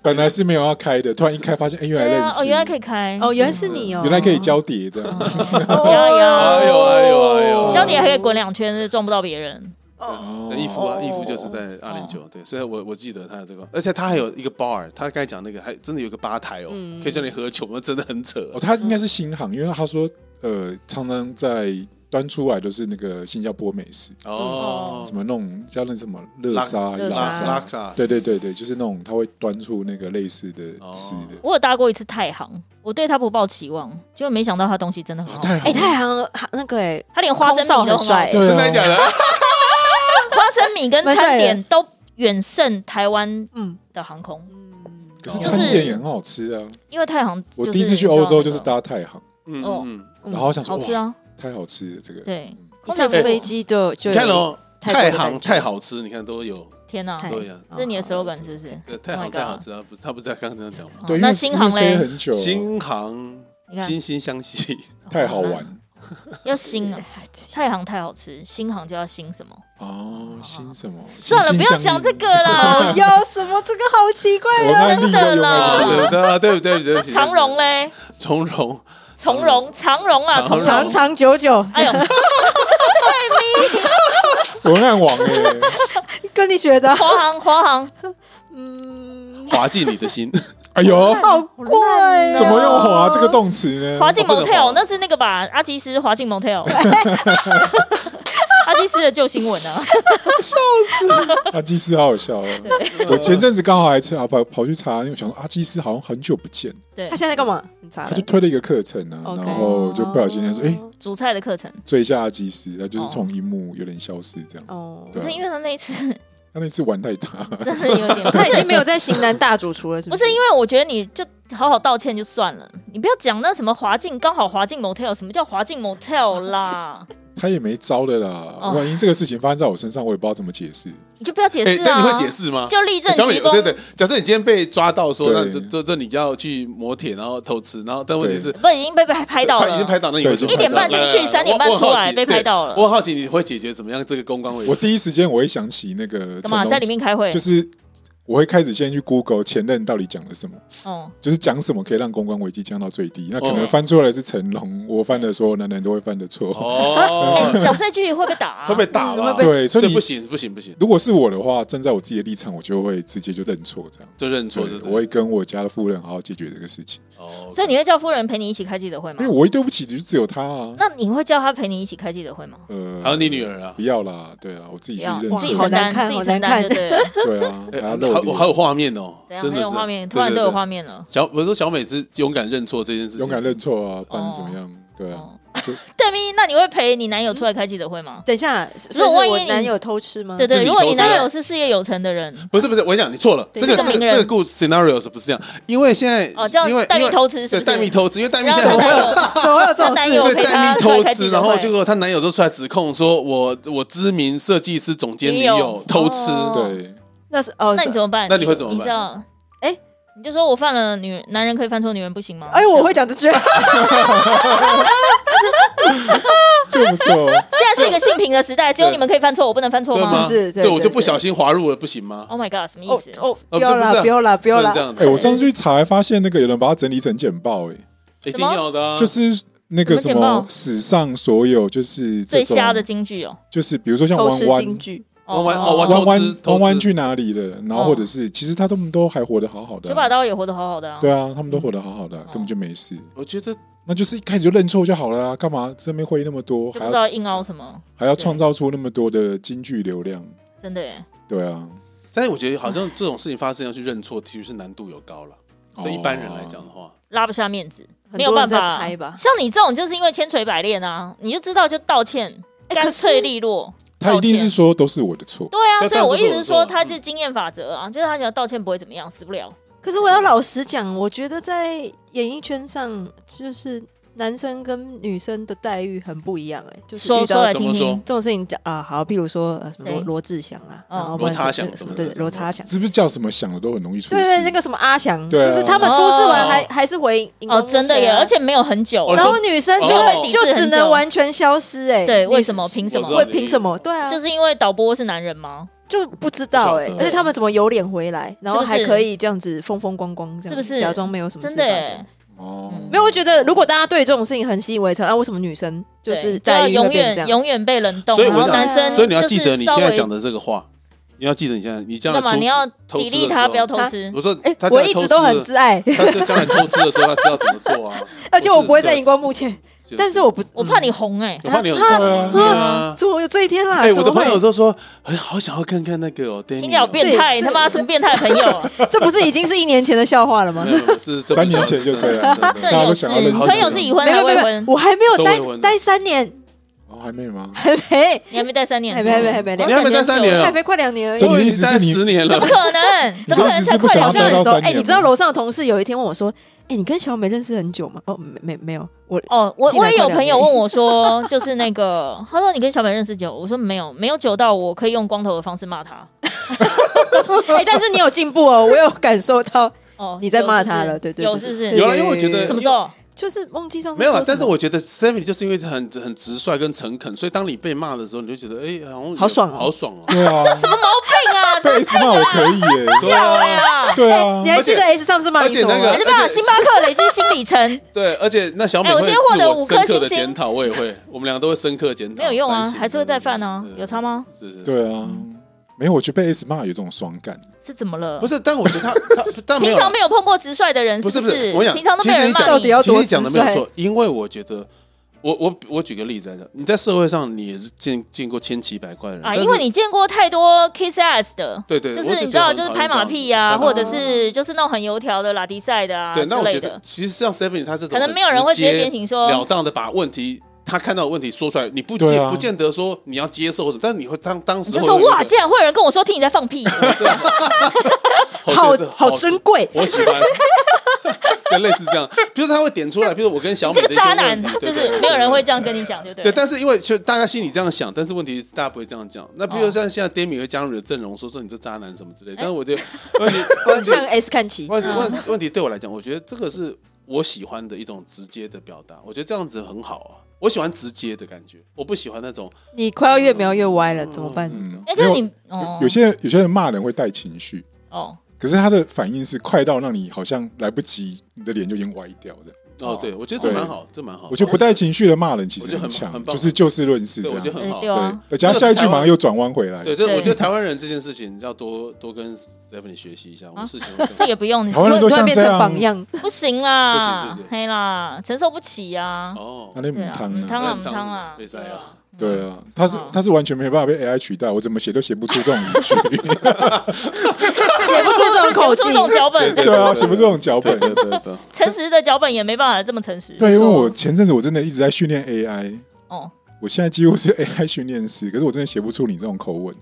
Speaker 1: 本来是没有要开的，突然一开发现，哎，原来
Speaker 3: 对
Speaker 1: 认
Speaker 3: 啊，
Speaker 1: 识，
Speaker 3: 哦，原来可以开，
Speaker 2: 哦，原来是你哦，哦
Speaker 1: 原来可以交叠的，
Speaker 3: 有有
Speaker 4: 哎呦哎呦哎呦
Speaker 3: 教你还可以滚两圈，是撞不到别人。
Speaker 1: [laughs] 哦
Speaker 4: 那义夫啊，义夫就是在二零九，对，所以我我记得他有这个，而且他还有一个 bar，他刚才讲那个还真的有个吧台哦，可以叫你喝酒，那真的很扯
Speaker 1: 哦，。他应该是新航，因为他说，呃，常常在端出来都是那个新加坡美食，
Speaker 4: 哦
Speaker 1: 什，么那种叫那什么乐沙、
Speaker 2: 乐
Speaker 1: 拉
Speaker 2: 拉
Speaker 1: 沙
Speaker 2: 沙，
Speaker 4: 萨，
Speaker 1: 对对对对，就是那种他会端出那个类似的
Speaker 4: 哦
Speaker 1: 吃的，
Speaker 3: 我有搭过一次太行，我对它不抱期望，就没想到它东西真的很好
Speaker 1: 哦
Speaker 3: 吃。
Speaker 1: 太好
Speaker 2: 哎，
Speaker 1: 了，
Speaker 2: 太行那个哎，
Speaker 3: 它连花生
Speaker 2: 空少
Speaker 3: 米都
Speaker 2: 很
Speaker 3: 很好
Speaker 2: 帅
Speaker 3: 吃，
Speaker 1: 对啊
Speaker 4: 真的假的？
Speaker 3: 花生米跟
Speaker 2: 蛮
Speaker 3: 餐
Speaker 2: 帅的
Speaker 3: 点都远胜台湾
Speaker 2: 嗯，
Speaker 3: 的航空，
Speaker 1: 可是
Speaker 2: 就是
Speaker 1: 餐点也很好吃啊！
Speaker 3: 因为太行。
Speaker 1: 我第一次去欧洲就是
Speaker 3: 搭，
Speaker 1: 搭太行，
Speaker 4: 嗯
Speaker 3: 哦
Speaker 4: 嗯，
Speaker 2: 嗯
Speaker 1: 然后想说
Speaker 3: 好吃
Speaker 1: 哇，
Speaker 3: 啊，
Speaker 1: 太好吃了这个。
Speaker 3: 对。
Speaker 2: 一上飞机就就
Speaker 4: 你
Speaker 2: 有
Speaker 4: 看哦，
Speaker 2: 泰国
Speaker 4: 太
Speaker 2: 的
Speaker 4: 行
Speaker 2: 感觉
Speaker 4: 太好吃，你看都有，
Speaker 3: 天哪，
Speaker 2: 太
Speaker 4: 对呀，
Speaker 3: 这是你的 slogan 是不是？
Speaker 4: 对，太
Speaker 3: 哎 Oh
Speaker 4: 好
Speaker 3: my
Speaker 4: 太好
Speaker 3: God
Speaker 4: 吃啊！不是他不是刚刚这样讲吗？
Speaker 3: 哦
Speaker 1: 对，因为
Speaker 3: 那新航
Speaker 1: 因为飞
Speaker 3: 嘞？
Speaker 1: 很久，
Speaker 4: 新航
Speaker 3: 你看
Speaker 4: 惺惺相
Speaker 3: [laughs]
Speaker 4: 惜，
Speaker 1: 太好玩
Speaker 3: 要新啊，太行太好吃，新航就要新什么？
Speaker 1: 哦，新什么？
Speaker 3: 算了，
Speaker 1: 心
Speaker 3: 不
Speaker 1: 心
Speaker 3: 要
Speaker 1: 相
Speaker 3: 想
Speaker 1: 印
Speaker 3: 这个
Speaker 4: [laughs]
Speaker 3: 啦。
Speaker 2: 有哎什么这个好奇怪啊
Speaker 1: 我卖力
Speaker 3: 真的啦
Speaker 1: 又
Speaker 4: 对对对
Speaker 3: [laughs]
Speaker 4: 不对对不起，
Speaker 3: 长荣嘞，
Speaker 4: 从容，
Speaker 3: 从
Speaker 4: [laughs]
Speaker 3: 容，长荣啊，
Speaker 4: 长
Speaker 3: 从
Speaker 4: 荣
Speaker 2: 长
Speaker 3: 容。
Speaker 2: 长久久，
Speaker 3: 哎呦，
Speaker 1: 文案王
Speaker 3: [laughs]
Speaker 1: 哎，
Speaker 2: 跟你学的，
Speaker 3: 华航，华
Speaker 4: [laughs]
Speaker 3: 航，
Speaker 2: 嗯，
Speaker 4: 滑进你的
Speaker 3: [laughs]
Speaker 4: 心。
Speaker 1: 哎呦，
Speaker 2: 好
Speaker 3: 啊
Speaker 2: 怪哦，
Speaker 1: 怎么用滑这个动词呢？
Speaker 3: 华进
Speaker 4: 我不能
Speaker 3: Motel，
Speaker 4: 滑
Speaker 3: 那是那个吧？阿基师华进 Motel，阿基师的旧新闻啊，
Speaker 1: 阿基斯好好笑哦！我前阵子刚好还查跑跑去查，因为我想说阿基斯好像很久不见，
Speaker 3: 对
Speaker 2: 他，现在在干嘛？你查
Speaker 1: 他
Speaker 2: 了
Speaker 1: 就推了一个课程啊，
Speaker 2: OK
Speaker 1: 然后就不小心他说：“哎，
Speaker 3: 主菜的课程，
Speaker 1: 追一下阿基斯。”他
Speaker 3: 哦
Speaker 1: 就是从荧幕有点消失这样。
Speaker 2: 哦
Speaker 1: 对
Speaker 3: 不
Speaker 1: 啊
Speaker 3: 是因为他那一次 [laughs]
Speaker 1: 他那次玩太大，
Speaker 3: 真的有
Speaker 4: [laughs]
Speaker 3: 点，
Speaker 2: 他已经没有在型男大主厨了，是
Speaker 3: 不
Speaker 2: 不
Speaker 1: [laughs]
Speaker 3: 是因为我觉得你就好好道歉就算了，你不要讲那什么华进，刚好华进 Motel，什么叫华进 Motel 啦？
Speaker 1: 他也没招的啦。
Speaker 3: 哦
Speaker 1: 万一这个事情发生在我身上，我也不知道怎么解释。
Speaker 3: 你就不要解
Speaker 4: 哎
Speaker 3: 释，
Speaker 4: 但
Speaker 3: 啊，
Speaker 4: 你会解，释吗？哎
Speaker 3: 就立正
Speaker 4: 小美，
Speaker 3: 鞠
Speaker 4: 哦对对
Speaker 3: 躬，，
Speaker 4: 假设你今天被抓到说，
Speaker 1: 对
Speaker 4: 那这这这你就要去磨铁，然后偷吃，然后但问题是
Speaker 3: 不已经被拍拍到
Speaker 4: 他
Speaker 3: 了，
Speaker 4: 已经拍到，那你会
Speaker 1: 对
Speaker 4: 说
Speaker 1: 一点半
Speaker 4: 拍到
Speaker 3: 进去
Speaker 4: 来来来
Speaker 3: 三点半
Speaker 4: 我我很好奇
Speaker 3: 出来被拍
Speaker 4: 对
Speaker 3: 到了
Speaker 4: 我很好奇你会解决怎么样这个公关危
Speaker 1: 我
Speaker 4: 机？
Speaker 1: 第一时间我会想起那个
Speaker 3: 干嘛
Speaker 1: 成龙
Speaker 3: 在里面开会
Speaker 1: 就？是我会开始先去 Google 前任到底讲了什么，
Speaker 3: 嗯，
Speaker 1: 就是讲什么可以让公关危机降到最低。那可能
Speaker 4: 哦
Speaker 1: 翻出来的是成龙，我犯的所有男人都会犯的错。
Speaker 4: 哦，
Speaker 3: 哎讲这句会被打啊，
Speaker 4: 会被打吧？
Speaker 1: 对，所
Speaker 4: 所
Speaker 1: 以
Speaker 4: 以
Speaker 1: 你
Speaker 4: 不行不行不行，
Speaker 1: 如果是我的话，站在我自己的立场，我就会直接就认错这样。
Speaker 4: 就认错对不对
Speaker 1: 我会跟我家的夫人好好解决这个事情，
Speaker 4: 哦，
Speaker 3: 所以你会叫夫人陪你一起开记者会吗
Speaker 1: 因为？我一对不起的就只有他啊。
Speaker 3: 那你会叫他陪你一起开记者会吗？
Speaker 1: 呃，
Speaker 4: 还有你女儿啊
Speaker 1: 不，要啦，对啊，我自己去
Speaker 3: 不要，
Speaker 1: 认
Speaker 3: 你自己
Speaker 1: 错，
Speaker 2: 好
Speaker 3: 承
Speaker 2: 难
Speaker 3: 担，
Speaker 2: 看
Speaker 3: 自己
Speaker 2: 好
Speaker 3: 承
Speaker 2: 难
Speaker 3: 担
Speaker 2: 看
Speaker 3: 就
Speaker 4: [laughs]
Speaker 3: 对了。
Speaker 1: 对啊，还要
Speaker 4: 哎
Speaker 1: 露
Speaker 4: [laughs] 好还
Speaker 1: 脸，
Speaker 4: 有画面哦
Speaker 3: 怎，样？
Speaker 4: 真
Speaker 3: 很
Speaker 4: 的
Speaker 3: 有
Speaker 4: 是
Speaker 3: 画面，突然都有画。面了。
Speaker 4: 对对对小我说小美是勇敢认错这件事情，
Speaker 1: 勇敢认错啊，不然怎么样？对啊，
Speaker 3: 哦
Speaker 1: 就，
Speaker 3: 戴咪，那你会陪你男友出来开记者会吗？
Speaker 2: 等一下，
Speaker 3: 如
Speaker 2: 所
Speaker 3: 果
Speaker 2: 以是
Speaker 3: 万一
Speaker 2: 我
Speaker 3: 你
Speaker 2: 男友偷吃吗？
Speaker 3: 对对，
Speaker 4: 自己
Speaker 3: 如果
Speaker 4: 投
Speaker 3: 你
Speaker 4: 资
Speaker 3: 男友是事业有成的人，
Speaker 4: 不是不是，我跟你讲，你错了。
Speaker 2: 对
Speaker 4: 这个
Speaker 3: 这
Speaker 4: 这
Speaker 3: 个名
Speaker 4: 个这
Speaker 3: 人
Speaker 4: 个故事 scenarios 不是这样，因为现在
Speaker 3: 哦叫
Speaker 4: 呃因为
Speaker 3: 戴
Speaker 4: 因
Speaker 3: 咪
Speaker 4: 为
Speaker 3: 偷吃是
Speaker 4: 对
Speaker 3: 不
Speaker 4: 戴
Speaker 3: 是
Speaker 4: 咪？偷吃，因为戴咪
Speaker 3: 然后
Speaker 4: 现在
Speaker 3: 我
Speaker 4: 很
Speaker 3: 还有
Speaker 4: 红
Speaker 2: [laughs] 怎么会有这
Speaker 3: [laughs]
Speaker 2: 种
Speaker 3: 男
Speaker 2: 事？
Speaker 3: 友
Speaker 4: 所以
Speaker 3: 陪
Speaker 4: 戴
Speaker 3: 他
Speaker 4: 咪
Speaker 3: 出来
Speaker 4: 偷
Speaker 3: 开
Speaker 4: 吃，
Speaker 3: 记者
Speaker 4: 然后
Speaker 3: 会
Speaker 4: 结果她男友就出来指控说我我知名设计师总监女
Speaker 3: 女
Speaker 4: 友
Speaker 3: 友
Speaker 4: 偷吃，
Speaker 3: 哦
Speaker 1: 对，
Speaker 2: 那是哦，
Speaker 3: 那你怎么办？
Speaker 4: 那你会怎么
Speaker 3: 你
Speaker 4: 办
Speaker 3: 知道？
Speaker 2: 哎，
Speaker 3: 你就说我犯了女男人可以犯错，女人不行吗？
Speaker 2: 哎，我会讲这句，
Speaker 1: 这个不错。哦
Speaker 3: 现在是一个性平的时
Speaker 4: [laughs]
Speaker 3: 代，只有
Speaker 4: 对
Speaker 3: 你们可以犯错，我不能犯错
Speaker 4: 对
Speaker 2: 是
Speaker 4: 吗？
Speaker 2: 不
Speaker 3: 吗
Speaker 2: 是对
Speaker 4: 对，我就
Speaker 2: 对
Speaker 4: 不小心滑入了，不行吗？
Speaker 3: ？Oh my god，什么 [laughs]
Speaker 2: 哦
Speaker 3: 意思？
Speaker 2: 哦，
Speaker 4: 呃
Speaker 2: 不要
Speaker 4: 不是
Speaker 2: 啦，
Speaker 4: 啊
Speaker 2: 不要啦，不
Speaker 4: 不
Speaker 2: 要
Speaker 4: 能
Speaker 2: 啦
Speaker 4: 这，样
Speaker 1: [laughs]
Speaker 4: 子，
Speaker 1: 哎，我上次去查，还发现那个有人把它整理成简报，哎，
Speaker 4: 一定要的啊，
Speaker 1: 就是那个
Speaker 3: 嗯什
Speaker 1: 什
Speaker 3: 么简报
Speaker 1: 么史上所有就是这
Speaker 3: 最
Speaker 1: 种
Speaker 4: 啊
Speaker 3: 瞎的金句哦，
Speaker 1: 就是比如说像
Speaker 2: 偷
Speaker 1: 弯
Speaker 2: 吃
Speaker 1: 弯
Speaker 2: 京。剧，
Speaker 3: 哦
Speaker 4: 弯弯
Speaker 3: 哦
Speaker 4: 哦弯
Speaker 1: 弯
Speaker 4: 偷吃
Speaker 1: 弯
Speaker 4: 偷吃
Speaker 1: 弯弯去哪里了？然后
Speaker 3: 哦
Speaker 1: 或者是，其实他他们都还活得好好的
Speaker 3: 九把嗯
Speaker 1: 啊，
Speaker 3: 刀也活得好好的啊。
Speaker 1: 对啊，他们都活得好好的啊，根本就没事。
Speaker 4: 我觉得
Speaker 1: 那就是一开始就认错就好了啊，干嘛这边会那么多，
Speaker 3: 就
Speaker 1: 还
Speaker 3: 不知
Speaker 1: 要
Speaker 3: 道硬凹什么，
Speaker 1: 还要
Speaker 3: 对
Speaker 1: 创造出那么多的京剧流量？
Speaker 3: 真的耶。
Speaker 1: 对啊，
Speaker 4: 但是我觉得好像这种事情发生要去认错，其实是难度有高了。对一般人来
Speaker 1: 哦
Speaker 4: 讲的话，
Speaker 3: 拉不下面子，
Speaker 2: 很
Speaker 3: 没有
Speaker 2: 多
Speaker 3: 办
Speaker 2: 人在
Speaker 3: 法
Speaker 2: 拍吧
Speaker 3: 像你这种就是因为千锤百炼啊，你就知道就道歉，
Speaker 2: 哎
Speaker 3: 干
Speaker 2: 可是
Speaker 3: 脆利落。
Speaker 1: 他一定
Speaker 3: 道
Speaker 1: 是
Speaker 3: 歉
Speaker 1: 说都是我的错，
Speaker 3: 对啊，
Speaker 4: 但
Speaker 3: 所以我一直说
Speaker 4: 但不是我说嗯
Speaker 3: 他是经验法则啊，就是他觉得道歉不会怎么样，死不了。
Speaker 2: 可是我要老实讲，我觉得在演艺圈上，就是男生跟女生的待遇很不一样、哎，就是
Speaker 3: 说
Speaker 2: 遇
Speaker 3: 说
Speaker 2: 到
Speaker 3: 来
Speaker 2: 这
Speaker 4: 怎
Speaker 3: 听
Speaker 4: 么
Speaker 3: 听哦
Speaker 4: 说，
Speaker 2: 种事情讲啊，好，譬如说呃什么
Speaker 3: 谁
Speaker 2: 罗罗志祥啊，
Speaker 3: 哦
Speaker 2: 然后不然
Speaker 4: 罗差祥
Speaker 2: 什
Speaker 4: 什
Speaker 2: 么
Speaker 4: 么
Speaker 2: 对
Speaker 4: 的
Speaker 2: 罗差祥。
Speaker 1: 是不是叫什么想的都很容易出
Speaker 2: 对对，那
Speaker 1: 事？
Speaker 2: 个什么阿翔，
Speaker 1: 对啊
Speaker 2: 就是他们出事完
Speaker 4: 哦
Speaker 2: 还还是回荧光
Speaker 3: 哦，
Speaker 2: 幕
Speaker 3: 真的
Speaker 2: 前
Speaker 3: 耶，
Speaker 2: 啊
Speaker 3: 而且没有很久
Speaker 4: 哦，
Speaker 2: 然后女生就
Speaker 4: 哦
Speaker 2: 会就
Speaker 3: 被抵制很
Speaker 2: 只
Speaker 3: 久
Speaker 2: 能完全消失哎，
Speaker 3: 对，
Speaker 2: 女
Speaker 3: 为什么？凭什
Speaker 4: 我
Speaker 3: 么
Speaker 4: 知道？
Speaker 2: 会凭什么？对啊，
Speaker 3: 就是是因为导播是男人吗？
Speaker 2: 就不知道
Speaker 4: 不晓
Speaker 2: 哎、
Speaker 4: 得
Speaker 2: 而且他们怎么有脸回来，然后
Speaker 3: 是不
Speaker 2: 还
Speaker 3: 是
Speaker 2: 可以这样子风风光光，这
Speaker 3: 是
Speaker 2: 样
Speaker 3: 不是
Speaker 2: 假装没有什么事
Speaker 3: 真
Speaker 2: 发
Speaker 3: 的
Speaker 2: 生？
Speaker 3: 耶
Speaker 1: 哦，
Speaker 3: 嗯
Speaker 2: 没有，我觉得如果大家对这种事情很习以为常，啊，为什么女生就是
Speaker 3: 对就要
Speaker 2: 待遇会
Speaker 3: 永
Speaker 2: 变这
Speaker 3: 远
Speaker 2: 样？
Speaker 3: 永远被冷冻，啊
Speaker 4: 所以
Speaker 3: 然
Speaker 4: 我
Speaker 3: 后
Speaker 4: 讲
Speaker 3: 男生
Speaker 4: 所以你要记得
Speaker 3: 就是
Speaker 4: 你
Speaker 3: 稍
Speaker 4: 现在
Speaker 3: 微
Speaker 4: 讲的这个话，你要记得你现在你将来
Speaker 3: 干嘛？
Speaker 4: 出
Speaker 3: 你要
Speaker 4: 偷
Speaker 3: 砥
Speaker 4: 吃
Speaker 3: 砺
Speaker 4: 的
Speaker 3: 他，
Speaker 4: 时
Speaker 3: 不要
Speaker 4: 候
Speaker 3: 偷
Speaker 2: 啊
Speaker 3: 吃。
Speaker 4: 我说
Speaker 2: 哎、
Speaker 4: 他将
Speaker 2: 我
Speaker 4: 来
Speaker 2: 一
Speaker 4: 偷
Speaker 2: 直
Speaker 4: 吃
Speaker 2: 都很
Speaker 4: 的，
Speaker 2: 自
Speaker 4: [laughs]
Speaker 2: 爱，
Speaker 4: 他这将来偷吃的时候，他知道怎么做
Speaker 2: [laughs]
Speaker 4: 啊。
Speaker 2: 而且我不会在
Speaker 4: 对
Speaker 2: 荧光幕前，
Speaker 4: 就
Speaker 2: 但是我不，嗯
Speaker 3: 我怕你红哎、
Speaker 4: 我怕你很
Speaker 2: 啊
Speaker 4: 痛对啊。
Speaker 2: 怎么有这一天啦？
Speaker 4: 哎，我的
Speaker 2: 怎么
Speaker 4: 朋
Speaker 2: 会
Speaker 4: 友都说，哎，好想要看看那个哦，
Speaker 3: 听
Speaker 4: Danny
Speaker 3: 起来好
Speaker 4: 哦
Speaker 3: 变态，
Speaker 2: 这
Speaker 3: 他妈什么变态朋友、啊？
Speaker 2: 这不是已经是一年前的笑话了吗
Speaker 4: 没？有，没有这是这不
Speaker 1: 三年
Speaker 4: 是
Speaker 1: 前就
Speaker 4: 真
Speaker 1: 这
Speaker 4: 的
Speaker 1: 样
Speaker 4: 真的
Speaker 1: 大家
Speaker 3: 这
Speaker 1: 都
Speaker 3: 有
Speaker 1: 想
Speaker 3: 事
Speaker 1: 要认识，
Speaker 3: 朋友是已婚还
Speaker 2: 没
Speaker 3: 是未
Speaker 2: 有没有没有
Speaker 3: 婚，？
Speaker 2: 我还没有
Speaker 4: 都
Speaker 2: 待
Speaker 4: 未婚的
Speaker 2: 待三年， [laughs]
Speaker 1: 哦还没吗？
Speaker 2: 还没，
Speaker 3: 你还没待三年
Speaker 2: 还
Speaker 3: 是
Speaker 2: 没，
Speaker 3: 不是，
Speaker 2: 还没，还没，两
Speaker 4: 你还没待三年
Speaker 2: 还
Speaker 4: 啊？
Speaker 2: 没快两年而已
Speaker 1: 所。以
Speaker 4: 我
Speaker 1: 你
Speaker 4: 已
Speaker 1: 意
Speaker 4: 经
Speaker 1: 思
Speaker 4: 待
Speaker 1: 是你
Speaker 4: 十年
Speaker 3: 怎
Speaker 4: 了
Speaker 3: 么，可能？怎么可能才快两
Speaker 2: 好
Speaker 1: 你的意思是不想
Speaker 2: 像
Speaker 1: 要
Speaker 3: 年
Speaker 1: 待到
Speaker 2: 很熟，
Speaker 1: 三
Speaker 2: 哎、
Speaker 1: 年
Speaker 2: 你知道
Speaker 1: 吗
Speaker 2: 楼上的同事有一天问我说：“哎、你跟小美认识很久吗？”哦，没没没有，
Speaker 3: [laughs]
Speaker 2: 我
Speaker 3: 哦，我
Speaker 2: 进来
Speaker 3: 我也有
Speaker 2: 快两
Speaker 3: 朋友
Speaker 2: 年
Speaker 3: 问我说，就是那个， [laughs] 他说你跟小美认识久？我说没有，没有久到我可以用光头的方式骂他。
Speaker 2: 哎、但是你有进步哦，我有感受到，
Speaker 3: 哦，
Speaker 2: 你在
Speaker 3: 有
Speaker 2: 骂
Speaker 3: 是不
Speaker 2: 他
Speaker 3: 是
Speaker 2: 了对对
Speaker 3: 有是不是？
Speaker 2: 对
Speaker 4: 有啊，因为我觉得
Speaker 3: 什么时候？啊
Speaker 2: 就是忘记上次
Speaker 4: 没有
Speaker 2: 说什
Speaker 4: 了，但是
Speaker 2: 么
Speaker 4: 我觉得 Stephanie 就是因为很很直率跟诚恳，所以当你被骂的时候，你就觉得哎、好像有
Speaker 2: 好爽哦
Speaker 4: 好爽
Speaker 2: [laughs]
Speaker 4: 哦、
Speaker 1: 对啊，
Speaker 3: [laughs] 病啊，
Speaker 1: 被 S 骂我可以
Speaker 3: [laughs]
Speaker 1: 耶，
Speaker 4: 对啊，
Speaker 3: 啊！哎
Speaker 1: 对啊
Speaker 2: 你，还记得
Speaker 4: 而
Speaker 2: S 上次骂
Speaker 4: 而
Speaker 2: 你
Speaker 4: 且
Speaker 2: 什么
Speaker 4: 那
Speaker 2: 吗
Speaker 4: 个
Speaker 3: 我？就把星巴克累积新里程，
Speaker 4: 对，而且那小美
Speaker 3: 哎我
Speaker 4: 会
Speaker 3: 今
Speaker 4: 自
Speaker 3: 天获得
Speaker 4: 我
Speaker 3: 五
Speaker 4: 深
Speaker 3: 颗
Speaker 4: 刻的
Speaker 3: 星星
Speaker 4: 检讨，我也
Speaker 3: [laughs]
Speaker 4: 会，我们两个都会深刻检讨，
Speaker 3: 没有用啊，
Speaker 4: 反省
Speaker 3: 还是会再犯啊，
Speaker 4: 对
Speaker 3: 有差吗？
Speaker 4: 是是，是
Speaker 1: 对啊，没有，我觉得被 S 骂有这种爽感，
Speaker 3: 是怎么了？
Speaker 4: 不是，但我觉得他他但没
Speaker 3: 平
Speaker 4: 有
Speaker 3: 常没有碰过直率的人，
Speaker 4: 不
Speaker 3: 是
Speaker 4: 是
Speaker 3: 不
Speaker 4: 不是我想
Speaker 3: 平常都
Speaker 4: 其
Speaker 3: 没
Speaker 4: 实
Speaker 3: 有人
Speaker 4: 你
Speaker 3: 骂
Speaker 4: 讲
Speaker 2: 到底
Speaker 3: 你。啊
Speaker 2: 要
Speaker 4: 其
Speaker 2: 多
Speaker 4: 实你讲的
Speaker 2: 直
Speaker 4: 没有
Speaker 2: 率？
Speaker 4: 错，因为我觉得。我我我举个例子来讲，你在社会上你也是见见过千奇百怪的人
Speaker 3: 啊，
Speaker 4: 但是
Speaker 3: 因为你见过太多 kiss ass 的，
Speaker 4: 对对，
Speaker 3: 就
Speaker 4: 我
Speaker 3: 是你知
Speaker 4: 觉得
Speaker 3: 道，
Speaker 4: 很
Speaker 3: 就是
Speaker 4: 讨厌
Speaker 3: 拍
Speaker 4: 这
Speaker 3: 马
Speaker 4: 样子
Speaker 3: 屁啊，
Speaker 4: 拍马
Speaker 3: 或者
Speaker 4: 屁
Speaker 3: 是就是那种很油条的拉迪赛的啊
Speaker 4: 对，
Speaker 3: 之
Speaker 4: 那我觉
Speaker 3: 类
Speaker 4: 得
Speaker 3: 的，
Speaker 4: 其实像 Stephanie 他这种，
Speaker 3: 可能没有人会直接点醒
Speaker 4: 了
Speaker 3: 说，
Speaker 4: 当的把问题他看到的问题说出来，你不
Speaker 1: 对
Speaker 4: 见、
Speaker 1: 啊
Speaker 4: 不见得说你要接受什么，但是你会当当
Speaker 3: 你
Speaker 4: 时
Speaker 3: 就
Speaker 4: 会
Speaker 3: 说
Speaker 4: 有一个
Speaker 3: 哇，竟然会有人跟我说听你在
Speaker 4: [laughs]
Speaker 3: 放屁，
Speaker 2: 好
Speaker 4: 对这
Speaker 2: 好珍贵，
Speaker 4: 我喜欢。 [laughs] 就类似这样，就是他会点出来，比如我跟小美
Speaker 3: 这
Speaker 4: 的
Speaker 3: 个
Speaker 4: 一些
Speaker 3: 渣
Speaker 4: 问
Speaker 3: 男，
Speaker 4: 题，
Speaker 3: 就
Speaker 4: 对
Speaker 3: 是没有人会这样跟你讲，对不
Speaker 4: 对，
Speaker 3: 对？
Speaker 4: 但是因为就大家心里这样想，但是问题是大家不会这样讲。
Speaker 3: 哦
Speaker 4: 那比如像现在 Demi 会加入你的阵容，说说你这渣男什么
Speaker 3: 哎
Speaker 4: 之类，但是
Speaker 3: [laughs]
Speaker 4: 我觉得问题问题
Speaker 2: 像 S 看齐，
Speaker 4: 问
Speaker 3: 啊
Speaker 4: 问问题对我来讲，我觉得这个是我喜欢的一种直接的表达，我觉得这样子很好啊。我喜欢直接的感觉，我不喜欢那种
Speaker 2: 你快要越描越歪了，怎么办？
Speaker 1: 嗯
Speaker 3: 哎，，
Speaker 1: 没
Speaker 3: 可是
Speaker 1: 有
Speaker 3: 你
Speaker 1: 有
Speaker 3: 哦
Speaker 1: 有些有些人骂人会带情绪，
Speaker 3: 哦，
Speaker 1: 可是他的反应是快到让你好像来不及，你的脸就已经歪掉的。
Speaker 4: 哦，对我觉得这蛮好，这蛮好。
Speaker 1: 我觉得不带情绪的骂人其
Speaker 4: 哦我
Speaker 1: 实
Speaker 4: 觉得很
Speaker 1: 强
Speaker 4: 很，棒
Speaker 1: 就是就事论事这
Speaker 4: 对，我觉得
Speaker 1: 样。
Speaker 4: 很好
Speaker 3: 哎对。啊，
Speaker 1: 对，加下一句马上又转弯回来。
Speaker 4: 对，这
Speaker 3: 对
Speaker 4: 我觉得台湾人这件事情要多多跟 Stephanie 学习一下，我
Speaker 3: 啊
Speaker 4: 们事情会更
Speaker 3: 这也不用，你
Speaker 1: 台湾人
Speaker 2: 突
Speaker 1: 都
Speaker 2: 然
Speaker 1: 像
Speaker 2: 变
Speaker 1: 这
Speaker 2: 成
Speaker 1: 样。
Speaker 2: 榜样，
Speaker 3: 不行
Speaker 4: 不
Speaker 3: 啦
Speaker 4: 行是，不是
Speaker 3: 嘿啦，承受不起呀。
Speaker 4: 哦
Speaker 1: 那，那母
Speaker 3: 对啊，
Speaker 1: 汤
Speaker 3: 母汤
Speaker 1: 呢？
Speaker 3: 啊，
Speaker 4: 那
Speaker 3: 母汤啊，
Speaker 4: 没塞啊，
Speaker 1: 对啊，他是
Speaker 3: 哦
Speaker 1: 他是完全没办法被 AI 取代，我怎么写都写不出这种语句。
Speaker 2: 写不出这种口气
Speaker 3: 写不出这。种脚本，
Speaker 1: 对啊，写不出这种脚本。
Speaker 4: 对对对，
Speaker 3: 诚实的脚本也没办法这么诚实。
Speaker 1: 对，因为
Speaker 3: 没
Speaker 1: 我
Speaker 3: 错
Speaker 1: 前阵子我真的一直在训练 AI，
Speaker 3: 哦，
Speaker 1: 我现在几乎是 AI 训练师，可是我真的写不出你这种口
Speaker 3: [laughs]
Speaker 1: 吻，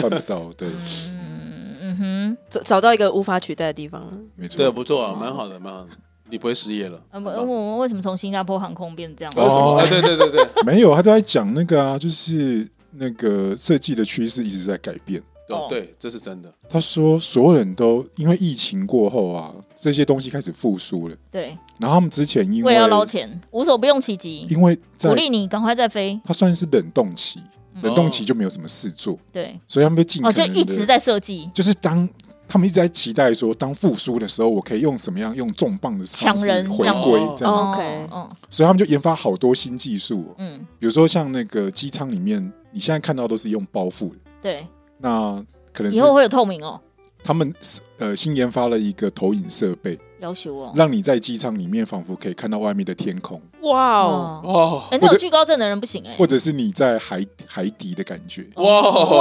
Speaker 1: 办不到。对，
Speaker 3: 嗯嗯
Speaker 2: 找找到一个无法取代的地方了。
Speaker 1: 没错。
Speaker 4: [laughs] 对，不错啊，蛮好的，蛮好的，你不会失业了。
Speaker 3: 哼，啊呃我我们为什么从新加坡航空变这样？
Speaker 1: 哦
Speaker 4: 啊，对
Speaker 3: [laughs]
Speaker 4: 对对对
Speaker 1: [laughs] 没有，他都在讲那个啊，就是那个设计的趋势一直在改变。
Speaker 3: 哦
Speaker 4: 对哦对，这是真的。
Speaker 1: 他说，所有人都因为疫情过后啊，这些东西开始复苏了。
Speaker 3: 对，
Speaker 1: 然后他们之前因
Speaker 3: 为
Speaker 1: 为
Speaker 3: 了要捞钱，无所不用其极，
Speaker 1: 因为在
Speaker 3: 鼓励你赶快再飞。
Speaker 1: 他算是冷冻期，
Speaker 3: 嗯
Speaker 1: 冷冻期就没有什么事做，
Speaker 3: 对，
Speaker 1: 所以他们就尽
Speaker 3: 哦，
Speaker 1: 可
Speaker 3: 就
Speaker 1: 能
Speaker 3: 一直
Speaker 1: 的，
Speaker 3: 在设计
Speaker 1: 就是当他们一直在期待说，当复苏的时候，我可以用什么样用重磅的方式
Speaker 3: 抢人
Speaker 1: 回
Speaker 3: 这样
Speaker 1: 归
Speaker 4: 哦
Speaker 1: 这样，
Speaker 2: 哦 OK
Speaker 3: 嗯
Speaker 1: 所以他们就研发好多新技术哦，
Speaker 3: 嗯，
Speaker 1: 比如说像那个机舱里面，你现在看到都是用包覆的，
Speaker 3: 对，
Speaker 1: 那可能
Speaker 3: 以
Speaker 1: 是
Speaker 3: 后会有透明哦，
Speaker 1: 他们呃新研发了一个投影设备，
Speaker 3: 要求哦。
Speaker 1: 让你在机舱里面仿佛可以看到外面的天空，
Speaker 2: 哇哦，
Speaker 3: 哦，
Speaker 4: 哦
Speaker 3: 哎，
Speaker 1: 或
Speaker 3: 那
Speaker 1: 者
Speaker 3: 种惧高症的人不行哎
Speaker 1: 或。者是你在海海底的感觉。
Speaker 3: 哦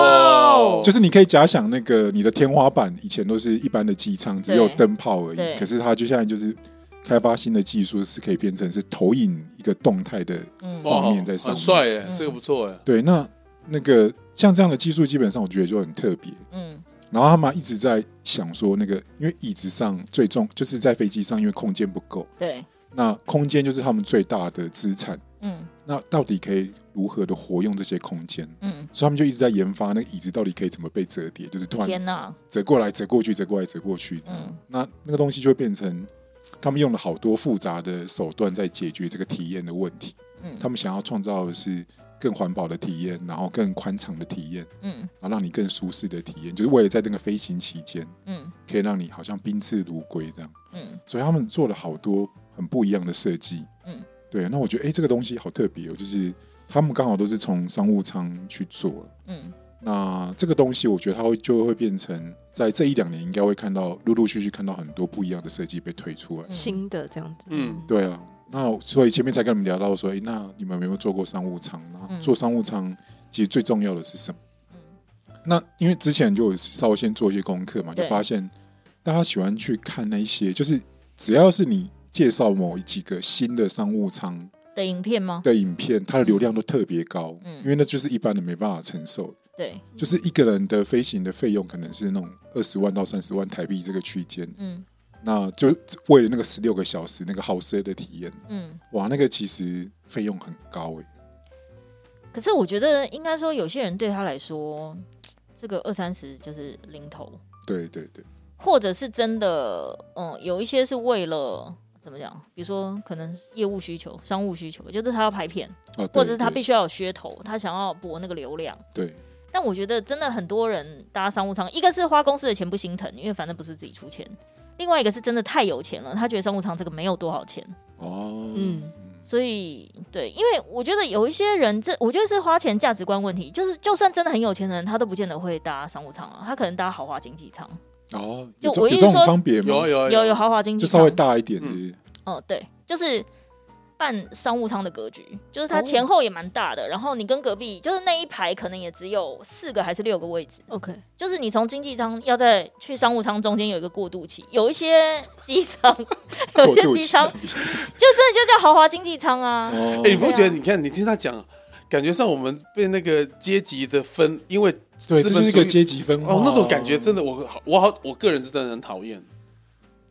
Speaker 4: 哇
Speaker 1: 就是你可以假想那个你的天花板以前都是一般的机舱，只有
Speaker 3: 对
Speaker 1: 灯泡而
Speaker 3: 对
Speaker 1: 已，可是它就现在就是开发新的技术，是可以变成是投影一个动态的。
Speaker 3: 嗯，
Speaker 1: 哇
Speaker 4: 哇，
Speaker 1: 方面在上面
Speaker 4: 很帅耶
Speaker 3: 嗯，
Speaker 4: 这个不错耶。
Speaker 1: 对，那那个像这样的技术，基本上我觉得就很特别。
Speaker 3: 嗯，
Speaker 1: 然后他们一直在想说，那个因为椅子上最重就是在飞机上，因为空间不够，
Speaker 3: 对，
Speaker 1: 那空间就是他们最大的资产。
Speaker 3: 嗯
Speaker 1: 那到底可以如何的活用这些空间？
Speaker 3: 嗯，
Speaker 1: 所以他们就一直在研发那个椅子到底可以怎么被折叠，就是突
Speaker 3: 天
Speaker 1: 然
Speaker 3: 哪，
Speaker 1: 折过来、折过去、折过来、折过去。
Speaker 3: 嗯
Speaker 1: 那那个东西就会变成他们用了好多复杂的手段在解决这个体验的问题。
Speaker 3: 嗯
Speaker 1: 他们想要创造的是更环保的体验，然后更宽敞的体验，
Speaker 3: 嗯
Speaker 1: 然后让你更舒适的体验，就是为了在那个飞行期间，
Speaker 3: 嗯
Speaker 1: 可以让你好像宾至如归这样。
Speaker 3: 嗯
Speaker 1: 所以他们做了好多很不一样的设计。
Speaker 3: 嗯，
Speaker 1: 对。那我觉得，哎、这个东西好特别哦，就是他们刚好都是从商务舱去做了。
Speaker 3: 嗯
Speaker 1: 那这个东西，我觉得它会就会变成在这一两年应该会看到陆陆续续看到很多不一样的设计被推出来。
Speaker 3: 嗯
Speaker 2: 新的这样子，
Speaker 4: 嗯
Speaker 1: 对啊，那所以前面才跟你们聊到说，哎、那你们有没有做过商务舱？那
Speaker 3: 嗯
Speaker 1: 做商务舱其实最重要的是什么？那因为之前就有稍微先做一些功课嘛，就
Speaker 3: 对
Speaker 1: 发现大家喜欢去看那一些，就是只要是你介绍某几个新的商务舱
Speaker 3: 的影片吗？
Speaker 1: 的影片，它的流量都特别高，
Speaker 3: 嗯
Speaker 1: 因为那就是一般人没办法承受的。
Speaker 3: 对，
Speaker 1: 就是一个人的飞行的费用可能是那种二十万到三十万台币这个区间，
Speaker 3: 嗯
Speaker 1: 那就为了那个十六个小时那个豪奢的体验，
Speaker 3: 嗯。
Speaker 1: 哇，那个其实费用很高欸诶、
Speaker 3: 可是我觉得应该说，有些人对他来说，这个二三十就是零头，
Speaker 1: 对对对，
Speaker 3: 或者是真的，嗯，有一些是为了怎么讲？比如说，可能业务需求、商务需求，就是他要拍片，
Speaker 1: 哦，对
Speaker 3: 或者是他
Speaker 1: 对
Speaker 3: 必须要有噱头，他想要博那个流量。
Speaker 1: 对
Speaker 3: 但我觉得真的很多人搭商务舱，一个是花公司的钱不心疼，因为反正不是自己出钱；，另外一个是真的太有钱了，他觉得商务舱这个没有多少钱，
Speaker 1: 哦，
Speaker 2: 嗯
Speaker 3: 所以对，因为我觉得有一些人这，我觉得是花钱价值观问题，就是就算真的很有钱的人，他都不见得会搭商务舱啊，他可能搭豪华经济舱，
Speaker 1: 哦，
Speaker 3: 就
Speaker 1: 有这
Speaker 3: 我
Speaker 1: 有
Speaker 3: 意
Speaker 1: 这种
Speaker 3: 思说
Speaker 1: 差别
Speaker 4: 有
Speaker 1: 吗
Speaker 4: 啊？有啊
Speaker 3: 有有
Speaker 4: 啊
Speaker 3: 豪华经
Speaker 1: 哎
Speaker 3: 济
Speaker 1: 就
Speaker 3: 舱，
Speaker 1: 稍微大一点，是
Speaker 4: 嗯
Speaker 1: 不是
Speaker 3: 哦，对，就是半商务舱的格局，就是
Speaker 1: 哦
Speaker 3: 它前后也蛮大的，然后你跟隔壁就是那一排可能也只有四个还是六个位置，
Speaker 2: ，OK，
Speaker 3: 就是你从经济舱要在去商务舱中间有一个过渡期，有一些机
Speaker 1: [laughs]
Speaker 3: 舱，有一些
Speaker 1: 过渡
Speaker 3: 机
Speaker 1: 期
Speaker 3: 舱就真的就叫豪华经济舱啊，
Speaker 1: 哦
Speaker 4: [laughs] 哎、，你不
Speaker 3: 对啊
Speaker 4: 觉得？你看，你听他讲，感觉上我们被那个阶级的分，因为
Speaker 1: 对，这
Speaker 4: 资本
Speaker 1: 就是一
Speaker 4: 主
Speaker 1: 个
Speaker 4: 义
Speaker 1: 阶级分化
Speaker 4: 哦，那种感觉真的，我好，我好，我个人是真的很讨厌。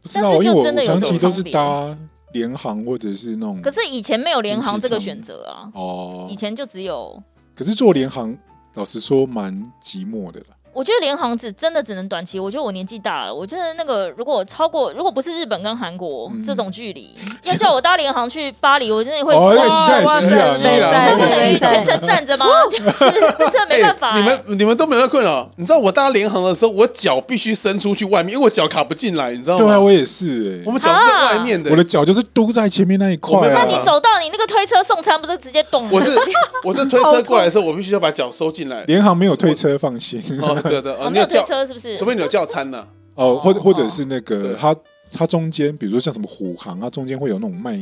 Speaker 1: 不知道，
Speaker 3: 但是
Speaker 1: 因为
Speaker 3: 就
Speaker 1: 我
Speaker 3: 真的
Speaker 1: 我
Speaker 3: 有
Speaker 1: 长
Speaker 3: 这种
Speaker 1: 期都是
Speaker 3: 差别
Speaker 1: 搭联航或者是那种，
Speaker 3: 可是以前没有联航这个
Speaker 1: 经济舱
Speaker 3: 选择啊，
Speaker 1: 哦
Speaker 3: 以，前就只有。
Speaker 1: 可是做联航，老实说蛮寂寞的啦。
Speaker 3: 我觉得联航只真的只能短期。我觉得我年纪大了，我真的那个如果超过，如果不是日本跟韩国、
Speaker 1: 嗯
Speaker 3: 这种距离，要叫我搭联航去巴黎，我真的会
Speaker 1: 哦
Speaker 3: 哇
Speaker 1: 哎你现在也
Speaker 3: 哇
Speaker 1: 是
Speaker 3: 塞，
Speaker 1: 啊
Speaker 4: 是啊
Speaker 3: 那不能
Speaker 4: 没事
Speaker 3: 全程站着吗？就是这没办法、
Speaker 1: 哎
Speaker 3: 欸
Speaker 4: 你们你们都没有那困扰。你知道我搭联航的时候，我脚必须伸出去外面，因为我脚卡不进来，你知道吗？
Speaker 1: 对啊，我也是
Speaker 4: 我
Speaker 1: 哎，
Speaker 4: 们脚是在外面的。
Speaker 1: 我的脚就是嘟在前面那一
Speaker 4: 我
Speaker 1: 块
Speaker 4: 没
Speaker 1: 啊
Speaker 3: 那
Speaker 4: 办
Speaker 3: 你
Speaker 4: 法
Speaker 3: 走到你那个推车送餐，不是直接动？
Speaker 4: 我是我是推车过来的时候，我必须要把脚收进来。
Speaker 1: 联航没有推车，放心。
Speaker 4: 哦，对的，
Speaker 3: 我
Speaker 4: 哦，你
Speaker 3: 没有
Speaker 4: 有
Speaker 3: 推
Speaker 4: 叫，
Speaker 3: 车，是不是
Speaker 4: 除？非你有叫餐呐。
Speaker 1: 哦，或者
Speaker 3: 哦
Speaker 1: 或者是那个
Speaker 4: 对
Speaker 1: 它它中间，比如说像什么虎航啊，中间会有那种卖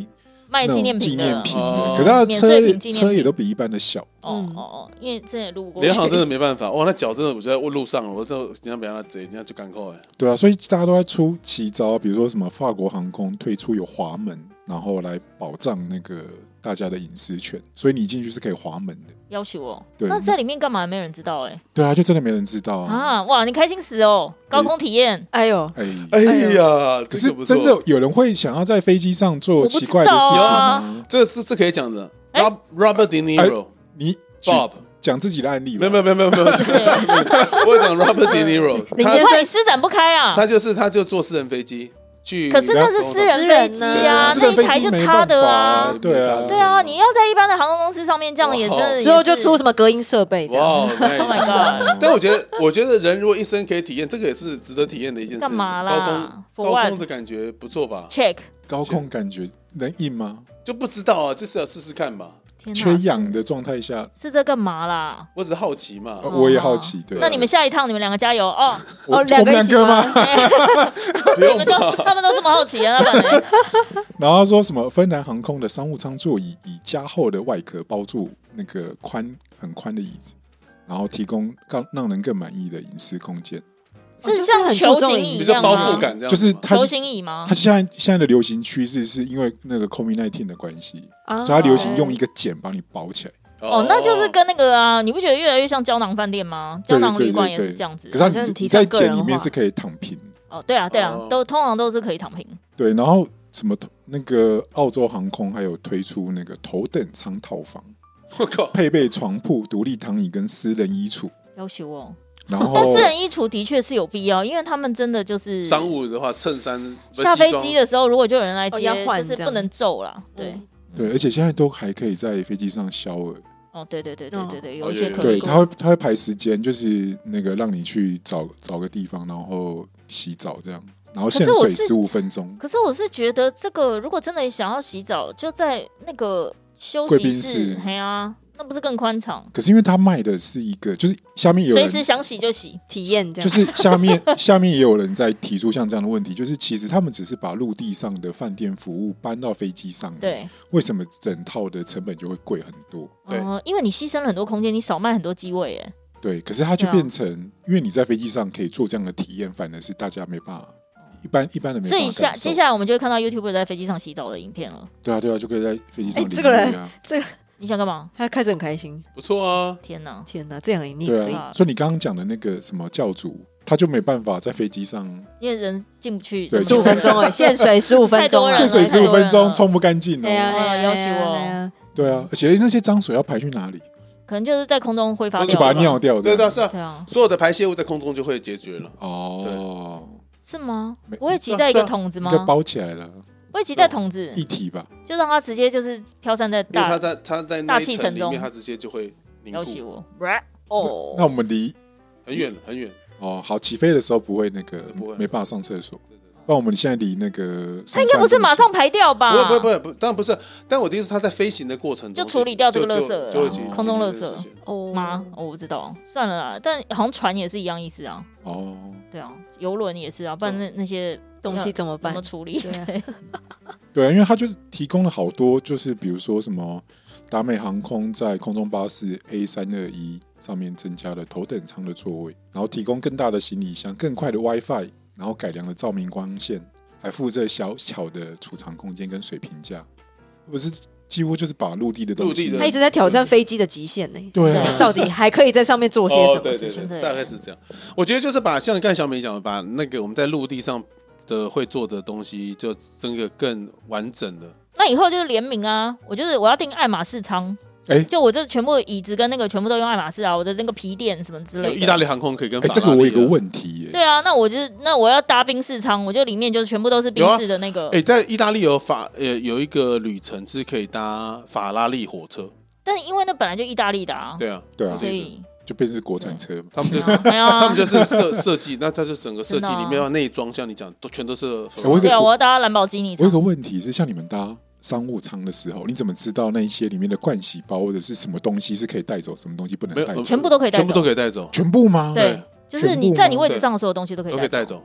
Speaker 3: 卖
Speaker 1: 那
Speaker 3: 纪
Speaker 1: 种
Speaker 3: 念
Speaker 1: 纪
Speaker 3: 品的。
Speaker 1: 念品
Speaker 4: 哦
Speaker 1: 的，可是它的
Speaker 3: 免税
Speaker 1: 车
Speaker 3: 品纪念品
Speaker 1: 车也都比一般的小。
Speaker 3: 哦哦哦，因为之前也路过去。
Speaker 4: 联航真的没办法，哇，那脚真的，我觉得我路上了，我这人家别让他贼，人家就赶快。
Speaker 1: 对啊，所以大家都在出奇招，比如说什么法国航空推出有滑门，然后来保障那个大家的隐私权，所以你进去是可以滑门的。
Speaker 3: 要求哦，
Speaker 1: 对
Speaker 3: 那在里面干嘛？没有人知道哎、
Speaker 1: 对啊，就真的没人知道啊。
Speaker 3: 啊！哇，你开心死哦，高空体验。
Speaker 2: 哎呦，
Speaker 1: 哎，
Speaker 4: 哎呀，
Speaker 1: 可
Speaker 4: 这
Speaker 1: 是
Speaker 4: 个不错
Speaker 1: 真的有人会想要在飞机上做
Speaker 3: 我不
Speaker 1: 奇
Speaker 3: 知
Speaker 1: 怪的事
Speaker 3: 道
Speaker 1: 情
Speaker 3: 啊
Speaker 1: 吗？
Speaker 4: 这是这可以讲的。
Speaker 3: 哎
Speaker 4: Rob Robert De Niro
Speaker 1: 你举
Speaker 4: Bob，
Speaker 1: 讲自己的案例吧，
Speaker 4: 没有没有没有没有没有，我讲 Robert De Niro，
Speaker 2: 林
Speaker 4: 他
Speaker 2: 先
Speaker 3: 怕
Speaker 2: 生
Speaker 3: 你施展不开啊。
Speaker 4: 他就是他就坐私人飞机去，
Speaker 3: 可是那是私人飞机啊，
Speaker 1: 私
Speaker 3: 那
Speaker 1: 人
Speaker 3: 一
Speaker 1: 飞
Speaker 3: 台
Speaker 1: 机
Speaker 3: 就
Speaker 1: 没
Speaker 3: 他
Speaker 1: 办
Speaker 3: 的
Speaker 1: 法
Speaker 3: 啊。
Speaker 1: 对啊，
Speaker 3: 对啊，你要在一般的航空公司上面这样也真的也是
Speaker 2: 之后就出什么隔音设备这
Speaker 4: 哇
Speaker 2: 样，
Speaker 4: 哦那也
Speaker 3: [laughs] Oh
Speaker 1: [laughs]
Speaker 3: my god！
Speaker 4: 但我觉得，我觉得人如果一生可以体验，这个也是值得体验的一件事。
Speaker 3: 干嘛啦
Speaker 4: 高
Speaker 3: For
Speaker 4: 空
Speaker 3: what？
Speaker 4: 高空的感觉不错吧？
Speaker 3: check，
Speaker 1: 高空感觉能硬吗？
Speaker 4: 就不知道啊，就是要试试看吧。
Speaker 3: 天哪
Speaker 1: 缺氧的状态下，
Speaker 3: 是是这干嘛啦？嗯
Speaker 4: 我只是好奇嘛
Speaker 1: 呃，我也好奇。对，
Speaker 3: 哦那你们下一趟你们两个加油
Speaker 1: [laughs]
Speaker 3: 哦！
Speaker 1: 我
Speaker 2: 哦
Speaker 1: 我们
Speaker 2: 两个一
Speaker 1: 两
Speaker 2: 起
Speaker 1: 个
Speaker 2: 吗
Speaker 1: 吗？ [laughs]
Speaker 4: 不用
Speaker 3: 你们都
Speaker 4: 吧？
Speaker 3: 他们都这么好奇啊，那
Speaker 1: [laughs]
Speaker 3: 本来
Speaker 1: 然后他说什么芬兰航空的商务舱座椅以加厚的外壳包住那个宽很宽的椅子，然后提供让让人更满意的隐私空间。
Speaker 3: 哦是像球形椅
Speaker 4: 比
Speaker 3: 一
Speaker 4: 较
Speaker 3: 样
Speaker 4: 包覆
Speaker 3: 吗？
Speaker 4: 感这样子嘛，
Speaker 1: 就是它
Speaker 3: 球形椅吗
Speaker 1: 它？现在现在的流行趋势是因为那个 COVID 1 9的关系，
Speaker 2: 啊
Speaker 1: 所以它流行用一个茧把你包起来。
Speaker 3: 哦，那就是跟那个啊，你不觉得越来越像胶囊饭店吗？胶
Speaker 1: 对
Speaker 3: 囊
Speaker 1: 对
Speaker 3: 旅馆
Speaker 1: 对
Speaker 3: 也是
Speaker 1: 对，
Speaker 3: 这样子
Speaker 1: 可。是它
Speaker 2: 好像
Speaker 1: 你
Speaker 2: 提
Speaker 1: 你在
Speaker 2: 倡个人
Speaker 1: 茧里面
Speaker 2: 化
Speaker 1: 是可以躺平的。
Speaker 3: 哦，对啊，对啊
Speaker 4: 哦，
Speaker 3: 都通常都是可以躺平。
Speaker 1: 对，然后什么那个澳洲航空还有推出那个头等舱套房，
Speaker 4: 我靠，
Speaker 1: 配备床铺、独立躺椅跟私人衣橱，
Speaker 3: 要求哦，
Speaker 1: 然后
Speaker 3: 但私人衣橱的确是有必要，因为他们真的就是
Speaker 4: 商务的话，衬衫
Speaker 3: 下飞机，的时候，如果就有人来
Speaker 2: 哦
Speaker 3: 接，
Speaker 2: 要换
Speaker 3: 就是
Speaker 2: 这
Speaker 3: 不
Speaker 2: 样
Speaker 3: 能皱啦。对，
Speaker 2: 嗯
Speaker 1: 对，而且现在都还可以在飞机上消耳，
Speaker 3: 哦，对对对对对对，有一
Speaker 4: 哦
Speaker 3: 些
Speaker 4: 有
Speaker 3: 可
Speaker 4: 有
Speaker 1: 对，
Speaker 3: 能
Speaker 1: 他会他会排时间，就是那个让你去找找个地方，然后洗澡这样，然后
Speaker 3: 可是
Speaker 1: 限
Speaker 3: 我
Speaker 1: 水
Speaker 3: 是
Speaker 1: 十五分钟。
Speaker 3: 可是我是觉得这个，如果真的想要洗澡，就在那个休
Speaker 1: 贵
Speaker 3: 息
Speaker 1: 宾
Speaker 3: 室
Speaker 1: 室，
Speaker 3: 嘿啊，那不是更宽敞？
Speaker 1: 可是因为他卖的是一个，就是下面有
Speaker 3: 随
Speaker 1: 人
Speaker 3: 时想洗就洗。
Speaker 2: 体验这
Speaker 1: [laughs]
Speaker 2: 样，
Speaker 1: 就是下面下面也有人在提出像这样的问题，就是其实他们只是把陆地上的饭店服务搬到飞机上，，
Speaker 3: 对，
Speaker 1: 为什么整套的成本就会贵很多？
Speaker 4: 对
Speaker 3: 哦，因为你牺牲了很多空间，你少卖很多机位，哎，
Speaker 1: 对，可是它就
Speaker 3: 对啊
Speaker 1: 变成，因为你在飞机上可以做这样的体验，反而是大家没办法，一般一般的没
Speaker 3: 所
Speaker 1: 办
Speaker 3: 以
Speaker 1: 法
Speaker 3: 下
Speaker 1: 感受
Speaker 3: 接。下来我们就会看到 YouTube 在飞机上洗澡的影片了。
Speaker 1: 对啊，对啊，就可以在飞机上
Speaker 2: 哎
Speaker 1: 淋
Speaker 2: 这个人
Speaker 1: 浴啊，
Speaker 3: 你想干嘛？
Speaker 2: 他开始很开心。
Speaker 4: 不错啊，
Speaker 3: 天哪！
Speaker 2: 天哪，这样你也可
Speaker 1: 对
Speaker 2: 以，
Speaker 1: 啊，所以你刚刚讲的那个什么教主，他就没办法在飞机上
Speaker 3: 因为人进不去，
Speaker 1: 对
Speaker 3: 怎
Speaker 2: 十
Speaker 3: 么
Speaker 2: 五
Speaker 1: 进
Speaker 2: 分钟哎，限水十五分钟
Speaker 3: 太多
Speaker 2: 啊，
Speaker 3: 人
Speaker 1: 限水
Speaker 3: 了
Speaker 1: 十五分
Speaker 3: 太多人
Speaker 1: 钟，
Speaker 3: 了
Speaker 1: 冲不干净
Speaker 2: 对呀
Speaker 1: 哦。
Speaker 3: 啊
Speaker 2: 对呀，
Speaker 3: 要求哦
Speaker 2: 对呀，
Speaker 1: 对啊，而且那些脏水要排去哪里？
Speaker 3: 可能就是在空中挥发
Speaker 2: 啊
Speaker 4: 那
Speaker 1: 就
Speaker 3: 掉
Speaker 1: 把它
Speaker 3: 了。
Speaker 1: 尿掉。
Speaker 4: 对
Speaker 1: 的。
Speaker 4: 的，是啊，
Speaker 3: 对啊，
Speaker 4: 所有的排泄物在空中就会解决了。
Speaker 1: 哦，
Speaker 3: 是吗
Speaker 1: 没？
Speaker 3: 不会挤在一
Speaker 4: 是啊
Speaker 3: 个
Speaker 4: 是啊
Speaker 3: 桶子
Speaker 1: 应
Speaker 3: 吗
Speaker 1: 该？包起来了，
Speaker 3: 不会挤在桶子
Speaker 1: 一，体吧？
Speaker 3: 就让它直接就是飘散在
Speaker 4: 因为它
Speaker 3: 大。
Speaker 4: 在它在那
Speaker 3: 大
Speaker 4: 一
Speaker 3: 气
Speaker 4: 层里
Speaker 3: 层
Speaker 4: 面，
Speaker 3: 中
Speaker 4: 它直接就会凝
Speaker 3: 要洗
Speaker 4: 固，
Speaker 3: 我，哦
Speaker 1: 那我们离
Speaker 4: 很远很远。
Speaker 1: 哦，好，起飞的时候不会那个，
Speaker 4: 不会
Speaker 1: 没办法上厕所。那我们现在离那个，
Speaker 3: 它应该不是马上排掉吧？
Speaker 4: 不会不会不会不，当然不是。但我的意思，它在飞行的过程
Speaker 3: 啊
Speaker 4: 中
Speaker 3: 就处理掉这个
Speaker 4: 就
Speaker 3: 垃圾了
Speaker 4: 就就会去
Speaker 1: 哦
Speaker 4: 就
Speaker 1: 空
Speaker 3: 中
Speaker 4: 这个
Speaker 3: 垃圾
Speaker 4: 事情
Speaker 2: 哦
Speaker 3: 吗？哦，我不知道，算了啦。但好像船也是一样意思啊，
Speaker 1: 哦，
Speaker 3: 对啊，游轮也是啊，不然那那些
Speaker 2: 东西怎么
Speaker 3: 怎
Speaker 2: 办
Speaker 3: 么？处理？
Speaker 2: 对啊
Speaker 3: 对，
Speaker 1: 对啊，因为它就是提供了好多，就是比如说什么达美航空在空中巴士 A 三二一上面增加了头等舱的座位，然后提供更大的行李箱、更快的 WiFi，然后改良了照明光线，还附着小巧的储藏空间跟水平架，不是几乎就是把陆地的东西，
Speaker 4: 陆地的
Speaker 2: 他一直在挑战飞机的极限
Speaker 3: 嗯
Speaker 2: 呢，
Speaker 1: 对啊
Speaker 2: 就是到底还可以在上面做些什
Speaker 4: 哦
Speaker 2: 么事情？
Speaker 4: 对对对
Speaker 3: 对
Speaker 4: 大概是这样。我觉得就是把像刚才小美讲的，把那个我们在陆地上的呃会做的东西，就真的更完整的。
Speaker 3: [laughs] 那以后就是联名啊，我就是我要订爱马仕仓，
Speaker 1: 哎
Speaker 3: 就我这全部椅子跟那个全部都用爱马仕啊，我的那个皮垫什么之
Speaker 4: 有
Speaker 3: 类
Speaker 4: 意大
Speaker 3: 的。
Speaker 4: 利航空可以跟
Speaker 1: 哎、
Speaker 4: 法拉
Speaker 1: 这
Speaker 4: 利
Speaker 1: 个我有一个
Speaker 4: 啊，
Speaker 1: 问题耶、
Speaker 3: 对啊，那我就是那我要搭宾士舱，我就里面就全部都是宾士的那个，
Speaker 4: 哎，在意大利有法呃有一个旅程是可以搭法拉利火车，
Speaker 3: 但是因为那本来就意大利的啊，
Speaker 4: 对啊，
Speaker 1: 对啊
Speaker 3: 所，以
Speaker 1: 就变成国产车嘛。
Speaker 4: 他们就是
Speaker 3: 对啊，
Speaker 4: [laughs] 他们就是设设计，那它就整个设计
Speaker 3: [laughs] 真的啊
Speaker 4: 里面要内装，像你讲都全都是法拉利。
Speaker 1: 哎我有一
Speaker 3: 对
Speaker 1: 个
Speaker 3: 啊，我要搭兰博基尼
Speaker 1: 我有
Speaker 3: 舱
Speaker 1: 个，问题是，像你们搭商务舱的时候，你怎么知道那一些里面的盥洗包或者是什么东西是可以带走，什么东西不能
Speaker 4: 没有
Speaker 1: 带
Speaker 4: 呃
Speaker 1: 走？
Speaker 3: 全部都可以带
Speaker 4: 全部都
Speaker 3: 走，
Speaker 4: 可以带走，
Speaker 1: 全部吗？
Speaker 3: 对，就是
Speaker 1: 全部
Speaker 3: 你
Speaker 1: 吗
Speaker 3: 在你位置上的所有东西都可
Speaker 4: 都
Speaker 3: 以
Speaker 4: 可以带
Speaker 3: 带走。
Speaker 4: 走。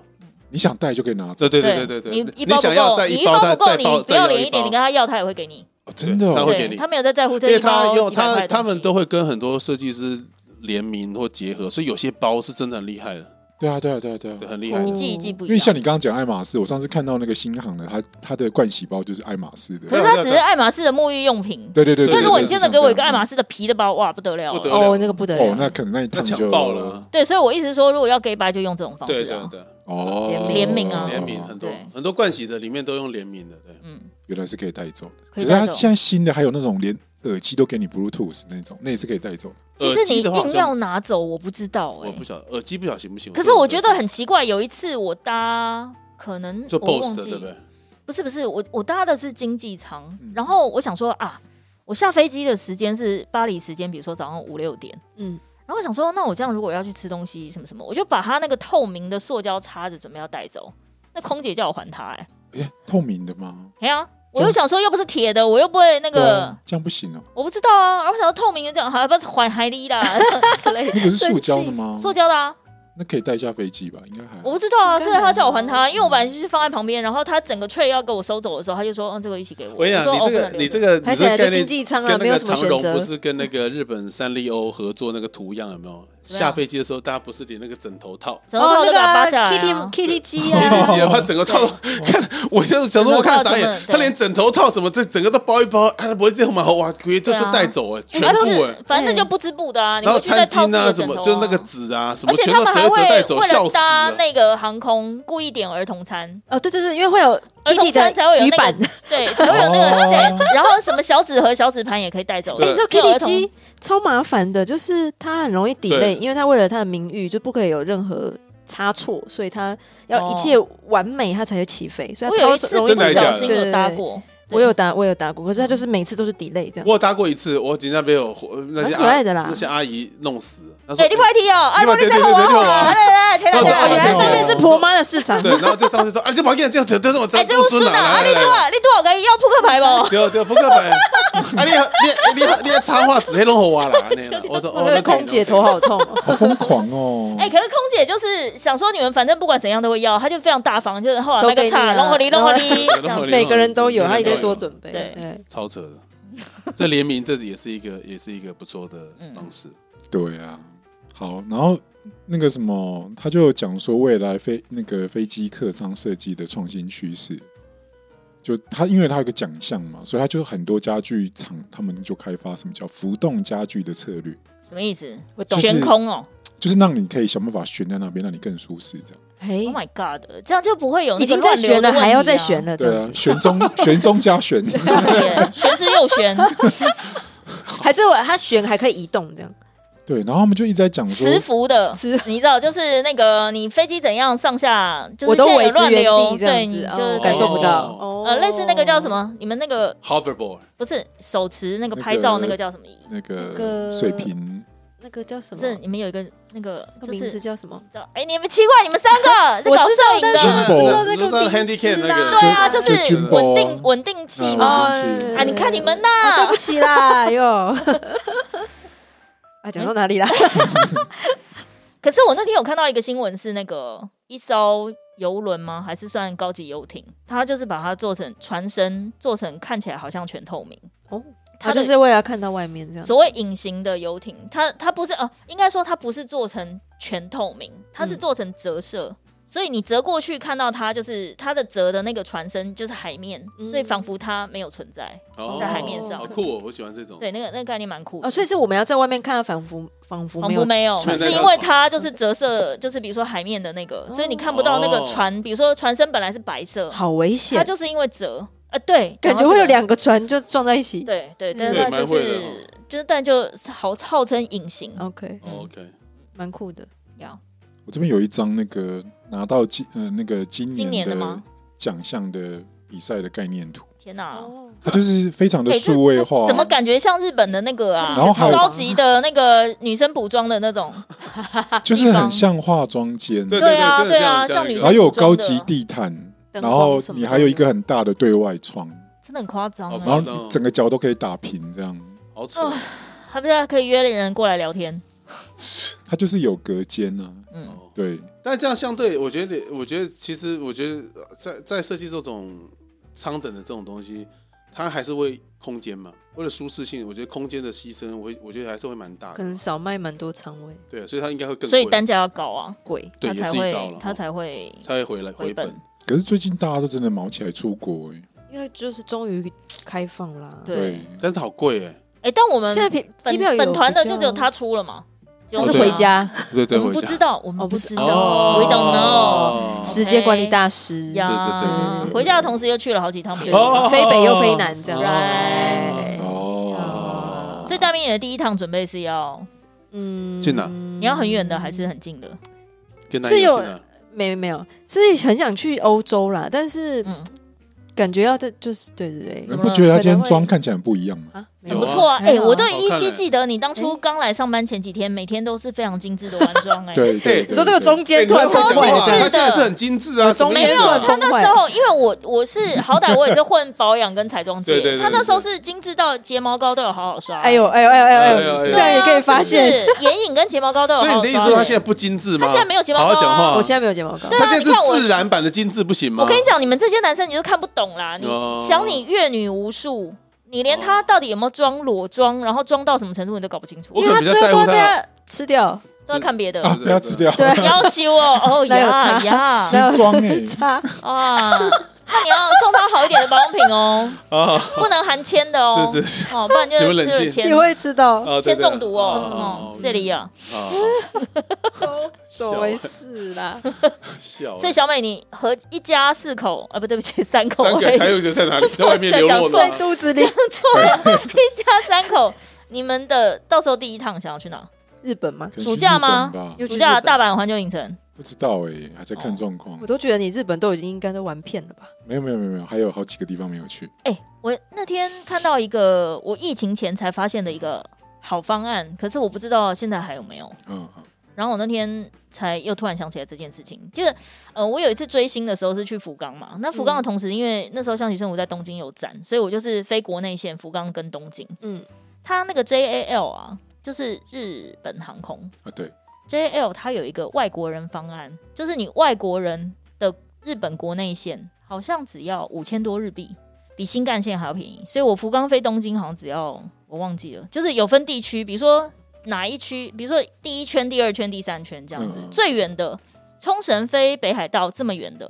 Speaker 1: 你想带就可以拿走，
Speaker 4: 对对对对对
Speaker 3: 你
Speaker 4: 对，
Speaker 3: 一
Speaker 4: 你
Speaker 3: 包不
Speaker 4: 想要
Speaker 3: 够，
Speaker 4: 再
Speaker 3: 你
Speaker 4: 一
Speaker 3: 一包
Speaker 4: 再
Speaker 3: 不够，
Speaker 4: 再
Speaker 3: 你
Speaker 4: 包
Speaker 3: 不
Speaker 4: 再
Speaker 3: 要
Speaker 4: 要
Speaker 3: 脸
Speaker 4: 一
Speaker 3: 一点，
Speaker 4: 包
Speaker 3: 你跟，他要，他也会给你。
Speaker 1: 哦真的、
Speaker 4: 他
Speaker 1: 哦
Speaker 4: 会，给
Speaker 3: 对
Speaker 4: 你
Speaker 3: 他没有在在乎这
Speaker 4: 因为
Speaker 3: 一
Speaker 4: 他
Speaker 3: 包
Speaker 4: 用
Speaker 3: 几百
Speaker 4: 他
Speaker 3: 块的东西
Speaker 4: 他们都会跟很多设计师联名或结合，所以有些包是真的很厉害的，
Speaker 1: 对啊，对啊，对啊，对啊
Speaker 4: 对，。很厉害
Speaker 3: 一
Speaker 4: 的
Speaker 2: 哦。
Speaker 3: 季一季不
Speaker 1: 因
Speaker 3: 一
Speaker 1: 为
Speaker 3: 样。
Speaker 1: 像你刚刚讲爱马仕，我上次看到那个新航的，它它的盥洗包就是爱马仕的
Speaker 3: 可。是它只是爱马仕的沐浴用品。
Speaker 1: 对对对对。
Speaker 3: 那
Speaker 1: 对
Speaker 3: 如果你真的给我一个爱马
Speaker 1: 仕，
Speaker 3: 仕的皮的包，哇，不得了
Speaker 4: 不得
Speaker 3: 了。
Speaker 4: 了
Speaker 2: 哦，那个不得
Speaker 1: 哦，那
Speaker 2: 了，
Speaker 1: 可能那一
Speaker 4: 他
Speaker 1: 趟
Speaker 4: 抢
Speaker 1: 就
Speaker 4: 爆了啊，
Speaker 3: 对，所以我意思是说，如果要 gay 白，就用这种方
Speaker 4: 对
Speaker 3: 式
Speaker 4: 对
Speaker 3: 啊。
Speaker 4: 对，
Speaker 1: 哦，
Speaker 2: 联名
Speaker 3: 啊
Speaker 4: 联名很多
Speaker 3: 对
Speaker 4: 很多冠喜的里面都用联名的，对，
Speaker 3: 嗯，
Speaker 1: 原来是可以带走的。
Speaker 3: 可以
Speaker 1: 是它
Speaker 3: 带走
Speaker 1: 现在新的还有那种连耳机都给你 Bluetooth 那种，那也是可以带走。
Speaker 3: 其
Speaker 4: 耳
Speaker 3: 实你
Speaker 4: 机的话好
Speaker 3: 硬
Speaker 4: 像
Speaker 3: 要拿走，我不知道哎
Speaker 4: 我。不晓得耳机不晓得行不行，
Speaker 3: 可是我觉得很奇怪，有一次我搭，可能
Speaker 4: 做
Speaker 3: 我
Speaker 4: BOSS
Speaker 3: 忘
Speaker 4: 的对
Speaker 3: 记
Speaker 4: 不，对？
Speaker 3: 不是不是，我我搭的是经济舱
Speaker 1: 嗯，
Speaker 3: 然后我想说啊，我下飞机的时间是巴黎时间，比如说早上五六点。
Speaker 2: 嗯，
Speaker 3: 然后我想说，那我这样如果要去吃东西什么什么，我就把他那个透明的塑胶叉子准备要带走。那空姐叫我还他、哎，
Speaker 1: 哎，透明的吗？
Speaker 3: 哎呀，我又想说又不是铁的，我又不会那
Speaker 1: 对
Speaker 3: 个
Speaker 1: 啊，这样不行哦。
Speaker 3: 我不知道啊。然后我想说透明的这样，还不是还海里啦 [laughs] 之类的
Speaker 1: 那，不是塑胶的吗？
Speaker 3: 塑胶的啊，
Speaker 1: 那可以带下飞机吧？应该还好
Speaker 3: 我不知道啊。
Speaker 2: 干嘛
Speaker 3: 所以他叫我还他，因为我本来就是放在旁边，然后他整个 tray 要给我收走的时候，他就说，嗯，这个一起给我。
Speaker 4: 我跟你
Speaker 3: 说
Speaker 4: 讲，你
Speaker 3: 哦
Speaker 4: 这
Speaker 3: 不能
Speaker 4: 个
Speaker 3: 留着
Speaker 4: 你这个
Speaker 2: 还
Speaker 4: 你
Speaker 2: 是
Speaker 4: 这个
Speaker 2: 来
Speaker 4: 概
Speaker 2: 就
Speaker 4: 念
Speaker 2: 经济舱啊，
Speaker 4: 跟
Speaker 2: 没
Speaker 4: 那
Speaker 2: 有
Speaker 4: 个
Speaker 2: 什么
Speaker 4: 长
Speaker 2: 选
Speaker 4: 荣
Speaker 2: 择
Speaker 4: 不。是跟那个日本三丽鸥合作那个图样有没有？
Speaker 3: 对啊
Speaker 4: 下飞机的时候大家不是连那个枕头套，
Speaker 3: 整个
Speaker 2: 哦
Speaker 3: 套都给他扒下来、啊。
Speaker 2: Kitty Kitty
Speaker 4: [laughs]
Speaker 2: 机
Speaker 4: 你
Speaker 2: 啊，
Speaker 4: 理解吗？他整个套，看我就想说，我看傻
Speaker 3: 整个套
Speaker 4: 眼
Speaker 3: 整，个
Speaker 4: 他连枕头套什么这整个都包一包，啊他不会这样吗？哇，直接就
Speaker 3: 对啊
Speaker 4: 就带走哎，全
Speaker 3: 反正
Speaker 4: 部
Speaker 3: 就
Speaker 4: 哎
Speaker 3: 是，反正
Speaker 2: 嗯
Speaker 3: 就不织布的啊，你
Speaker 4: 然后
Speaker 3: 回去再
Speaker 4: 餐
Speaker 3: 套自己
Speaker 4: 巾
Speaker 3: 的
Speaker 4: 什
Speaker 3: 枕
Speaker 4: 么
Speaker 3: 头啊
Speaker 4: 就那个纸啊什么
Speaker 3: 而且
Speaker 4: 全
Speaker 3: 他
Speaker 4: 都
Speaker 3: 们
Speaker 4: 折
Speaker 3: 还
Speaker 4: 一折带
Speaker 3: 会
Speaker 4: 走，
Speaker 3: 为
Speaker 4: 笑
Speaker 3: 了
Speaker 4: 死了
Speaker 3: 搭那个航空故意点儿童餐，
Speaker 2: 哦，对对对，因为会有
Speaker 3: 儿童
Speaker 2: Kitty 的
Speaker 3: 餐才会有
Speaker 2: 鱼
Speaker 3: 那
Speaker 2: 板
Speaker 3: 个，对，才会有那个
Speaker 1: 哦
Speaker 3: [laughs] 对，然后什么小纸盒、小纸盘也可以带走。
Speaker 4: 对
Speaker 2: 哎、 [laughs] 你知道
Speaker 3: 只有儿
Speaker 2: Kitty
Speaker 3: 童
Speaker 2: 机超麻烦的，就是它很容易 delay，
Speaker 4: 对
Speaker 2: 因为它为了它的名誉就不可以有任何差错，所以它要
Speaker 3: 哦
Speaker 2: 一切完美它才会起飞，所以
Speaker 3: 我
Speaker 2: 它
Speaker 3: 有一
Speaker 2: 超
Speaker 3: 次
Speaker 2: 容
Speaker 3: 不
Speaker 2: 易
Speaker 4: 真的还
Speaker 2: 对
Speaker 4: 假
Speaker 3: 小
Speaker 4: 的
Speaker 3: 心有搭过，对
Speaker 2: 我有打，我有打过，可是他就是每次都是 delay 这样。
Speaker 4: 我有搭过一次，我警察被我那些
Speaker 2: 蛮可爱的啦
Speaker 4: 阿那些阿姨弄死。她说
Speaker 3: 哎，你快踢哦！啊，
Speaker 4: 你
Speaker 3: 罗
Speaker 4: 把
Speaker 3: 丽在
Speaker 4: 对对
Speaker 3: 吼
Speaker 4: 对
Speaker 3: 啊
Speaker 4: 对
Speaker 3: 吼
Speaker 4: 对
Speaker 3: 啊！
Speaker 4: 对
Speaker 3: 来来来，天
Speaker 4: 哦我
Speaker 3: 来天
Speaker 4: 说
Speaker 2: 哦，
Speaker 3: 来
Speaker 2: 原来
Speaker 3: 天
Speaker 2: 上
Speaker 3: 来！
Speaker 2: 面是婆妈的市
Speaker 4: [laughs]
Speaker 2: 场，
Speaker 4: 哎对，然后就上去说：“啊，这毛巾这样对对对，我
Speaker 3: 哎，
Speaker 4: 真
Speaker 3: 这有孙
Speaker 4: 孙
Speaker 3: 啊！啊，
Speaker 4: 来
Speaker 3: 你
Speaker 4: 来
Speaker 3: 多
Speaker 4: 来，
Speaker 3: 啊，你多少个要扑克牌不？
Speaker 4: 对对，扑克牌。 [laughs] 啊，你你你你还插话纸黑弄好我啦，那啦，我说
Speaker 2: 那
Speaker 4: 哦，
Speaker 2: 个
Speaker 4: 那可以
Speaker 2: 空姐头。好
Speaker 3: [laughs]
Speaker 2: 痛哦。
Speaker 1: 好疯狂 [laughs] 哦！
Speaker 3: 哎、可是空姐就是想说你们反正不管怎样都会要，她就非常大方，就是后来
Speaker 2: 都
Speaker 3: 那个
Speaker 2: 给你啊
Speaker 3: 叉
Speaker 2: 了
Speaker 3: 弄合理弄合理，
Speaker 4: 对对弄合理
Speaker 2: 每个人都有，他一定
Speaker 4: 对
Speaker 2: 会多准备。
Speaker 3: 对
Speaker 2: 对，
Speaker 4: 超扯的。所以联名这也是一个 [laughs] 也是一个不错的
Speaker 3: 嗯
Speaker 4: 方式。
Speaker 1: 对啊，好，然后那个什么，他就讲说未来飞那个飞机客舱设计的创新趋势，就他因为他有个奖项嘛，所以他就很多家具厂他们就开发什么叫浮动家具的策略，
Speaker 3: 什么意思？
Speaker 2: 我
Speaker 1: 懂
Speaker 3: 悬空哦
Speaker 1: 就是让你可以想办法悬在那边，让你更舒适这样。
Speaker 2: 哎
Speaker 3: ！Oh，my，Oh god，这样就不会有那
Speaker 2: 已
Speaker 3: 个
Speaker 2: 经在
Speaker 3: 乱流
Speaker 2: 悬
Speaker 3: 的
Speaker 2: 了，
Speaker 3: 问题啊
Speaker 2: 还要再悬，了，这
Speaker 1: 对
Speaker 2: 样
Speaker 1: 啊
Speaker 2: 子，。
Speaker 1: 悬中悬中加 [laughs] 悬，
Speaker 2: [laughs]
Speaker 3: 对悬之又悬，
Speaker 2: 还是我他悬还可以移动这样。
Speaker 1: 对，然后他们就一直在讲说
Speaker 3: 磁浮的
Speaker 2: 磁，
Speaker 3: 你知道就是那个你飞机怎样上下，就是
Speaker 2: 我都
Speaker 3: 现在有
Speaker 2: 维持
Speaker 3: 乱
Speaker 2: 原
Speaker 3: 流
Speaker 2: 地这
Speaker 3: 对，
Speaker 2: 样
Speaker 3: 你
Speaker 2: 子，
Speaker 3: 就是
Speaker 2: 哦感受不到。
Speaker 4: 哦
Speaker 3: 呃，类似那个叫什？么？你们那个
Speaker 4: Hoverboard
Speaker 3: 不是手持那个
Speaker 1: 那
Speaker 3: 拍照
Speaker 1: 个
Speaker 3: 那个叫什么仪？
Speaker 1: 那
Speaker 2: 那
Speaker 1: 个
Speaker 2: 个
Speaker 1: 水平，
Speaker 2: 那个叫什
Speaker 3: 不
Speaker 2: 么？
Speaker 3: 是你们有一个那个
Speaker 2: 那
Speaker 3: 就
Speaker 2: 个
Speaker 3: 是
Speaker 2: 名字叫什
Speaker 3: [laughs]
Speaker 2: 么？
Speaker 3: 知道哎，你们奇怪，你们三个在搞摄影
Speaker 2: [laughs] 我
Speaker 3: 的
Speaker 2: 知道
Speaker 1: 但。是
Speaker 4: 那个
Speaker 2: 我知道那个名字
Speaker 4: handicap 那个
Speaker 2: 啦
Speaker 3: 对啊，
Speaker 2: 就
Speaker 3: 就是
Speaker 1: 就 Jimbo
Speaker 3: 稳定稳定器
Speaker 1: 嗯
Speaker 3: 嘛。
Speaker 1: 稳定器
Speaker 2: 哦
Speaker 3: 啊，你看你们呐、
Speaker 2: 对不起啦，哎呦， [laughs] 啊，讲到
Speaker 3: [laughs]
Speaker 2: 哪里啦？
Speaker 3: 可是我那天有看到一个新闻，是那个一艘游轮吗？还是算高级游艇？它就是把它做成船身，做成看起来好像全透明。
Speaker 2: [laughs] 哦，
Speaker 3: 它
Speaker 2: 他
Speaker 3: 的
Speaker 2: 就是为了看到外面这样。
Speaker 3: 所谓隐形的游艇，它它不是呃，应该说它不是做成全透明，它是
Speaker 2: 嗯
Speaker 3: 做成折射。所以你折过去看到它，就是它的折的那个船身就是海面，
Speaker 2: 嗯
Speaker 3: 所以仿佛它没有存在。
Speaker 4: 哦
Speaker 3: 在海面上
Speaker 4: 好酷哦！我喜欢这种。
Speaker 3: 对，那个那个概念蛮酷的。
Speaker 2: 哦，所以是我们要在外面看到，仿佛仿佛
Speaker 3: 仿
Speaker 2: 没
Speaker 3: 佛
Speaker 2: 有。
Speaker 3: 没有，
Speaker 4: 船
Speaker 3: 是
Speaker 4: 在
Speaker 3: 因
Speaker 4: 高
Speaker 3: 为
Speaker 4: 潮
Speaker 3: 它就是折射，就是比如说海面的那个，所以你看不到那个
Speaker 4: 哦
Speaker 3: 船，比如说船身本来是白色，
Speaker 2: 好危
Speaker 3: 它
Speaker 2: 险，
Speaker 3: 就是因为折，呃，对，
Speaker 2: 感觉
Speaker 3: 讲到
Speaker 2: 会
Speaker 3: 这
Speaker 2: 有
Speaker 3: 个，
Speaker 2: 两个船就撞在一起。
Speaker 3: 对对，
Speaker 2: 嗯
Speaker 3: 但是
Speaker 4: 对
Speaker 3: 它
Speaker 4: 蛮
Speaker 3: 就
Speaker 4: 会的
Speaker 3: 是就是，但就是号号称隐形，
Speaker 2: OK，
Speaker 3: 嗯
Speaker 4: 哦，OK，
Speaker 2: 蛮酷的。
Speaker 3: 要
Speaker 1: 我这边有一张那个拿到今呃那个今
Speaker 3: 今
Speaker 1: 年
Speaker 3: 年的
Speaker 1: 的
Speaker 3: 吗
Speaker 1: 奖项的比赛的概念图，
Speaker 3: 天哪！
Speaker 2: 哦，
Speaker 4: 啊
Speaker 1: 它就是非常的
Speaker 3: 哎这
Speaker 1: 数位化，
Speaker 3: 怎么感觉像日本的那个啊？
Speaker 1: 然后还有
Speaker 3: 高级的那个女生补妆的那种，
Speaker 1: 就是很像化妆间，
Speaker 4: [laughs] 对
Speaker 3: 对啊，
Speaker 4: 真的
Speaker 3: 对啊，像
Speaker 4: 像像一
Speaker 3: 女
Speaker 4: 个
Speaker 1: 然后
Speaker 3: 生补
Speaker 1: 有
Speaker 3: 妆
Speaker 1: 高
Speaker 3: 的
Speaker 1: 级地毯，
Speaker 2: 灯
Speaker 1: 然
Speaker 2: 光
Speaker 1: 后
Speaker 2: 什么
Speaker 1: 你
Speaker 2: 的
Speaker 1: 还有一个很大的对外窗，
Speaker 3: 真的很夸张
Speaker 4: 好
Speaker 3: 欸。
Speaker 1: 然
Speaker 4: 夸张
Speaker 1: 后
Speaker 4: 哦
Speaker 1: 整个脚都可以打平，这样
Speaker 4: 好扯哦。
Speaker 3: 还不是可以约人过来聊天？
Speaker 1: 它就是有隔间啊，
Speaker 3: 嗯，
Speaker 1: 对，
Speaker 4: 但这样相对，我觉得，我觉得其实，我觉得呃在在设计这种舱等的这种东西，它还是为空间嘛，为了舒适性，我觉得空间的牺牲，我我觉得还是会蛮大
Speaker 2: 可
Speaker 4: 的。
Speaker 2: 能少卖蛮多仓位，
Speaker 4: 对，所以它应该会更贵，
Speaker 3: 所以单价要高啊，
Speaker 2: 贵。
Speaker 4: 对
Speaker 3: 他
Speaker 4: 也
Speaker 3: 才
Speaker 4: 是一招
Speaker 3: 会
Speaker 4: 了，
Speaker 3: 他
Speaker 4: 哦
Speaker 3: 才会
Speaker 4: 才会回来
Speaker 3: 回
Speaker 4: 回
Speaker 3: 本
Speaker 4: 本。
Speaker 1: 可是最近大家都真的忙起来出国、欸，
Speaker 2: 因为就是终于开放啦。
Speaker 3: 对
Speaker 4: 但是好贵哎，
Speaker 3: 哎、但我们
Speaker 2: 现在便
Speaker 3: 本
Speaker 2: 机票有
Speaker 3: 本团的
Speaker 2: 比较
Speaker 3: 就只有他出了嘛，
Speaker 2: 就
Speaker 4: 哦
Speaker 2: 是
Speaker 4: 对啊
Speaker 2: 回，家，
Speaker 4: 对对，
Speaker 3: 我们
Speaker 4: 回
Speaker 3: 不
Speaker 4: 家
Speaker 3: 知道，我
Speaker 2: 哦
Speaker 3: 们
Speaker 2: 不
Speaker 3: 不
Speaker 2: 知
Speaker 3: 知
Speaker 2: 道
Speaker 3: 道，We don't know
Speaker 4: 哦
Speaker 2: 时间管理大师
Speaker 3: 呀。
Speaker 4: 对对对
Speaker 3: 回家的同时又去了好几趟别的地
Speaker 4: 哦
Speaker 3: 方，
Speaker 2: 飞北又飞南这样。
Speaker 3: Right
Speaker 1: 哦，
Speaker 3: 所以大兵你的第一趟准备是要
Speaker 2: 嗯
Speaker 4: 近哪
Speaker 3: 你要很远的还是很近的？
Speaker 4: 跟
Speaker 2: 是有
Speaker 4: 南洋进来
Speaker 2: 没没有，是很想去欧洲啦，但是
Speaker 3: 嗯，
Speaker 2: 感觉要在就是对对
Speaker 1: 你
Speaker 2: 对
Speaker 1: 们不觉得他今
Speaker 2: 可能
Speaker 1: 天
Speaker 2: 会
Speaker 1: 妆看起来很不一样吗？
Speaker 2: 啊，没
Speaker 4: 有
Speaker 3: 很
Speaker 2: 有
Speaker 3: 不错啊！
Speaker 2: 还
Speaker 3: 哎，
Speaker 2: 好啊
Speaker 3: 我对依
Speaker 4: 好看
Speaker 3: 稀
Speaker 4: 欸
Speaker 3: 记得你当初刚来上班前几天，每天都是非常精致的完妆
Speaker 1: [laughs]
Speaker 3: 哎。
Speaker 1: 对对，对
Speaker 4: 哎
Speaker 2: 你说这个
Speaker 1: 对
Speaker 2: 中
Speaker 4: 哎
Speaker 2: 间
Speaker 4: 你
Speaker 2: 突
Speaker 4: 会
Speaker 2: 然
Speaker 4: 讲
Speaker 2: 崩
Speaker 3: 突然
Speaker 2: 溃
Speaker 3: 间
Speaker 4: 话，
Speaker 2: 这
Speaker 4: 他
Speaker 2: 样
Speaker 3: 的
Speaker 4: 现在是很精致啊，
Speaker 2: 我中
Speaker 4: 什么意
Speaker 3: 没
Speaker 4: 思
Speaker 3: 有，
Speaker 4: 啊
Speaker 3: 他那时候因为我我是好歹我也是混保养跟彩妆界，
Speaker 4: 对对对对
Speaker 3: 他那时候是精致到睫毛膏都有好好刷。
Speaker 2: 哎呦哎呦哎呦哎呦
Speaker 4: 哎呦哎
Speaker 2: 哎
Speaker 4: 呦
Speaker 2: 呦，
Speaker 3: 对
Speaker 2: 这
Speaker 3: 啊，
Speaker 2: 样也可以发现。
Speaker 3: 是不是眼影跟睫毛膏都有好
Speaker 4: 所以你
Speaker 3: 好刷。
Speaker 4: 的意思说他现在不精致
Speaker 3: 他
Speaker 4: 吗？
Speaker 3: 现在没有睫毛
Speaker 4: 好
Speaker 3: 膏啊
Speaker 4: 好讲话，
Speaker 2: 我现在没有睫毛膏
Speaker 3: 对，
Speaker 4: 他
Speaker 3: 啊
Speaker 4: 现在
Speaker 3: 你看我
Speaker 4: 是自然版的精致不行吗？
Speaker 3: 我跟你讲，你们这些男生你就看不懂啦。你
Speaker 4: 哦
Speaker 3: 想你阅女无数，你连她到底有没有装裸妆，然后装到什么程度你都搞不清楚
Speaker 4: 我，
Speaker 2: 因为
Speaker 4: 可能
Speaker 2: 他
Speaker 4: 比较
Speaker 2: 最
Speaker 4: 在乎
Speaker 2: 后
Speaker 4: 他
Speaker 2: 被他吃掉，
Speaker 3: 都在看别的。
Speaker 1: 啊，
Speaker 4: 对
Speaker 1: 被他吃掉， [laughs]
Speaker 2: 对，
Speaker 3: 要修
Speaker 2: [laughs]
Speaker 3: 哦，哦
Speaker 2: 哪有
Speaker 3: 呀
Speaker 2: 差
Speaker 3: 呀
Speaker 2: 哪
Speaker 1: 时装
Speaker 2: [laughs]
Speaker 1: 哎，
Speaker 2: 他
Speaker 3: 啊！那你要送她好一点的保养品哦，
Speaker 4: 啊，
Speaker 3: 不能含铅的哦，
Speaker 4: 是是
Speaker 3: 哦，不然就
Speaker 4: 你们
Speaker 3: 是
Speaker 4: 冷
Speaker 3: 吃了
Speaker 4: 静
Speaker 2: 你
Speaker 3: 铅
Speaker 2: 会吃到，
Speaker 4: 啊，对
Speaker 3: 铅
Speaker 4: 对啊
Speaker 3: 中毒
Speaker 4: 啊
Speaker 3: 哦。嗯，这里啊，
Speaker 4: 啊，
Speaker 2: 怎么回事啦？
Speaker 4: 笑欸，
Speaker 3: 所以小美你和一家四口啊，不 [laughs] 对不起，三口
Speaker 4: 三
Speaker 3: 而
Speaker 4: 个
Speaker 3: 已，
Speaker 4: 还有一个在
Speaker 3: [laughs]
Speaker 4: 哪里？在外面流落
Speaker 3: 对
Speaker 2: 在
Speaker 4: 吗？
Speaker 2: 肚子里，
Speaker 3: 一家三口，你们的到时候第一趟想要去哪？
Speaker 2: 日本吗？
Speaker 1: 可能去
Speaker 3: 暑假吗
Speaker 1: 日本吧
Speaker 2: 又去
Speaker 3: 暑
Speaker 2: 日
Speaker 3: 假
Speaker 2: 本
Speaker 3: 大阪环球影城，
Speaker 1: 不不知道哎、还在
Speaker 3: 哦
Speaker 1: 看状况
Speaker 2: 我。都觉得你日本都已经应该都玩遍了吧？
Speaker 1: 没有没有没有没有，还有好几个地方没有去。
Speaker 3: 哎、我那天看到一个我疫情前才发现的一个好方案，可是我不知道现在还有没有。
Speaker 1: 嗯嗯
Speaker 3: 然后我那天才又突然想起来这件事情，就是呃，我有一次追星的时候是去福冈嘛，那福冈的同时，因为那时候象棋圣舞在东京有展，所以我就是飞国内线福冈跟东京。
Speaker 2: 嗯，
Speaker 3: 它那个 JAL 啊，就是日本航空
Speaker 1: 啊，对，
Speaker 3: JAL，它有一个外国人方案，就是你外国人的日本国内线好像只要五千多日币，比新干线还要便宜。所以我福冈飞东京好像只要我忘记了，就是有分地区，比如说哪一区，比如说第一圈、第二圈、第三圈这样子，
Speaker 1: 嗯嗯
Speaker 3: 最远的冲绳飞北海道这么远的，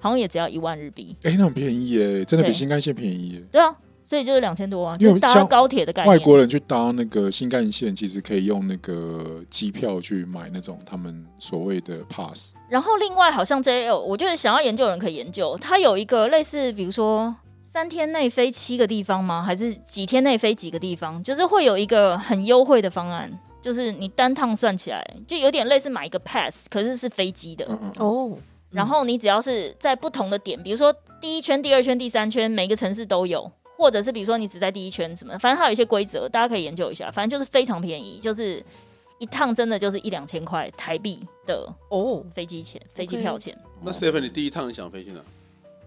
Speaker 3: 好像也只要一万日币。
Speaker 1: 哎、那很便宜耶、真的比
Speaker 3: 对
Speaker 1: 新干线便宜耶、
Speaker 3: 对啊，所以就是两千多啊，
Speaker 1: 因为
Speaker 3: 就搭
Speaker 1: 像
Speaker 3: 高铁的概念。啊
Speaker 1: 外国人去搭那个新干线，其实可以用那个机票去买那种他们所谓的 pass。
Speaker 3: 然后另外好像 JL，我觉得想要研究的人可以研究，它有一个类似，比如说三天内飞七个地方吗？还是几天内飞几个地方？就是会有一个很优惠的方案，就是你单趟算起来，就有点类似买一个 pass，可是是飞机的。
Speaker 1: 嗯嗯嗯，
Speaker 2: 哦，
Speaker 3: 然后你只要是在不同的点，比如说第一圈、第二圈、第三圈，每个城市都有。或者是比如说你只在第一圈什么的，反正它有一些规则，大家可以研究一下。反正就是非常便宜，就是一趟真的就是一两千块台币的
Speaker 2: 哦，
Speaker 3: 飞机钱、飞机票钱。
Speaker 4: 那 Stephen，你第一趟你想飞去哪？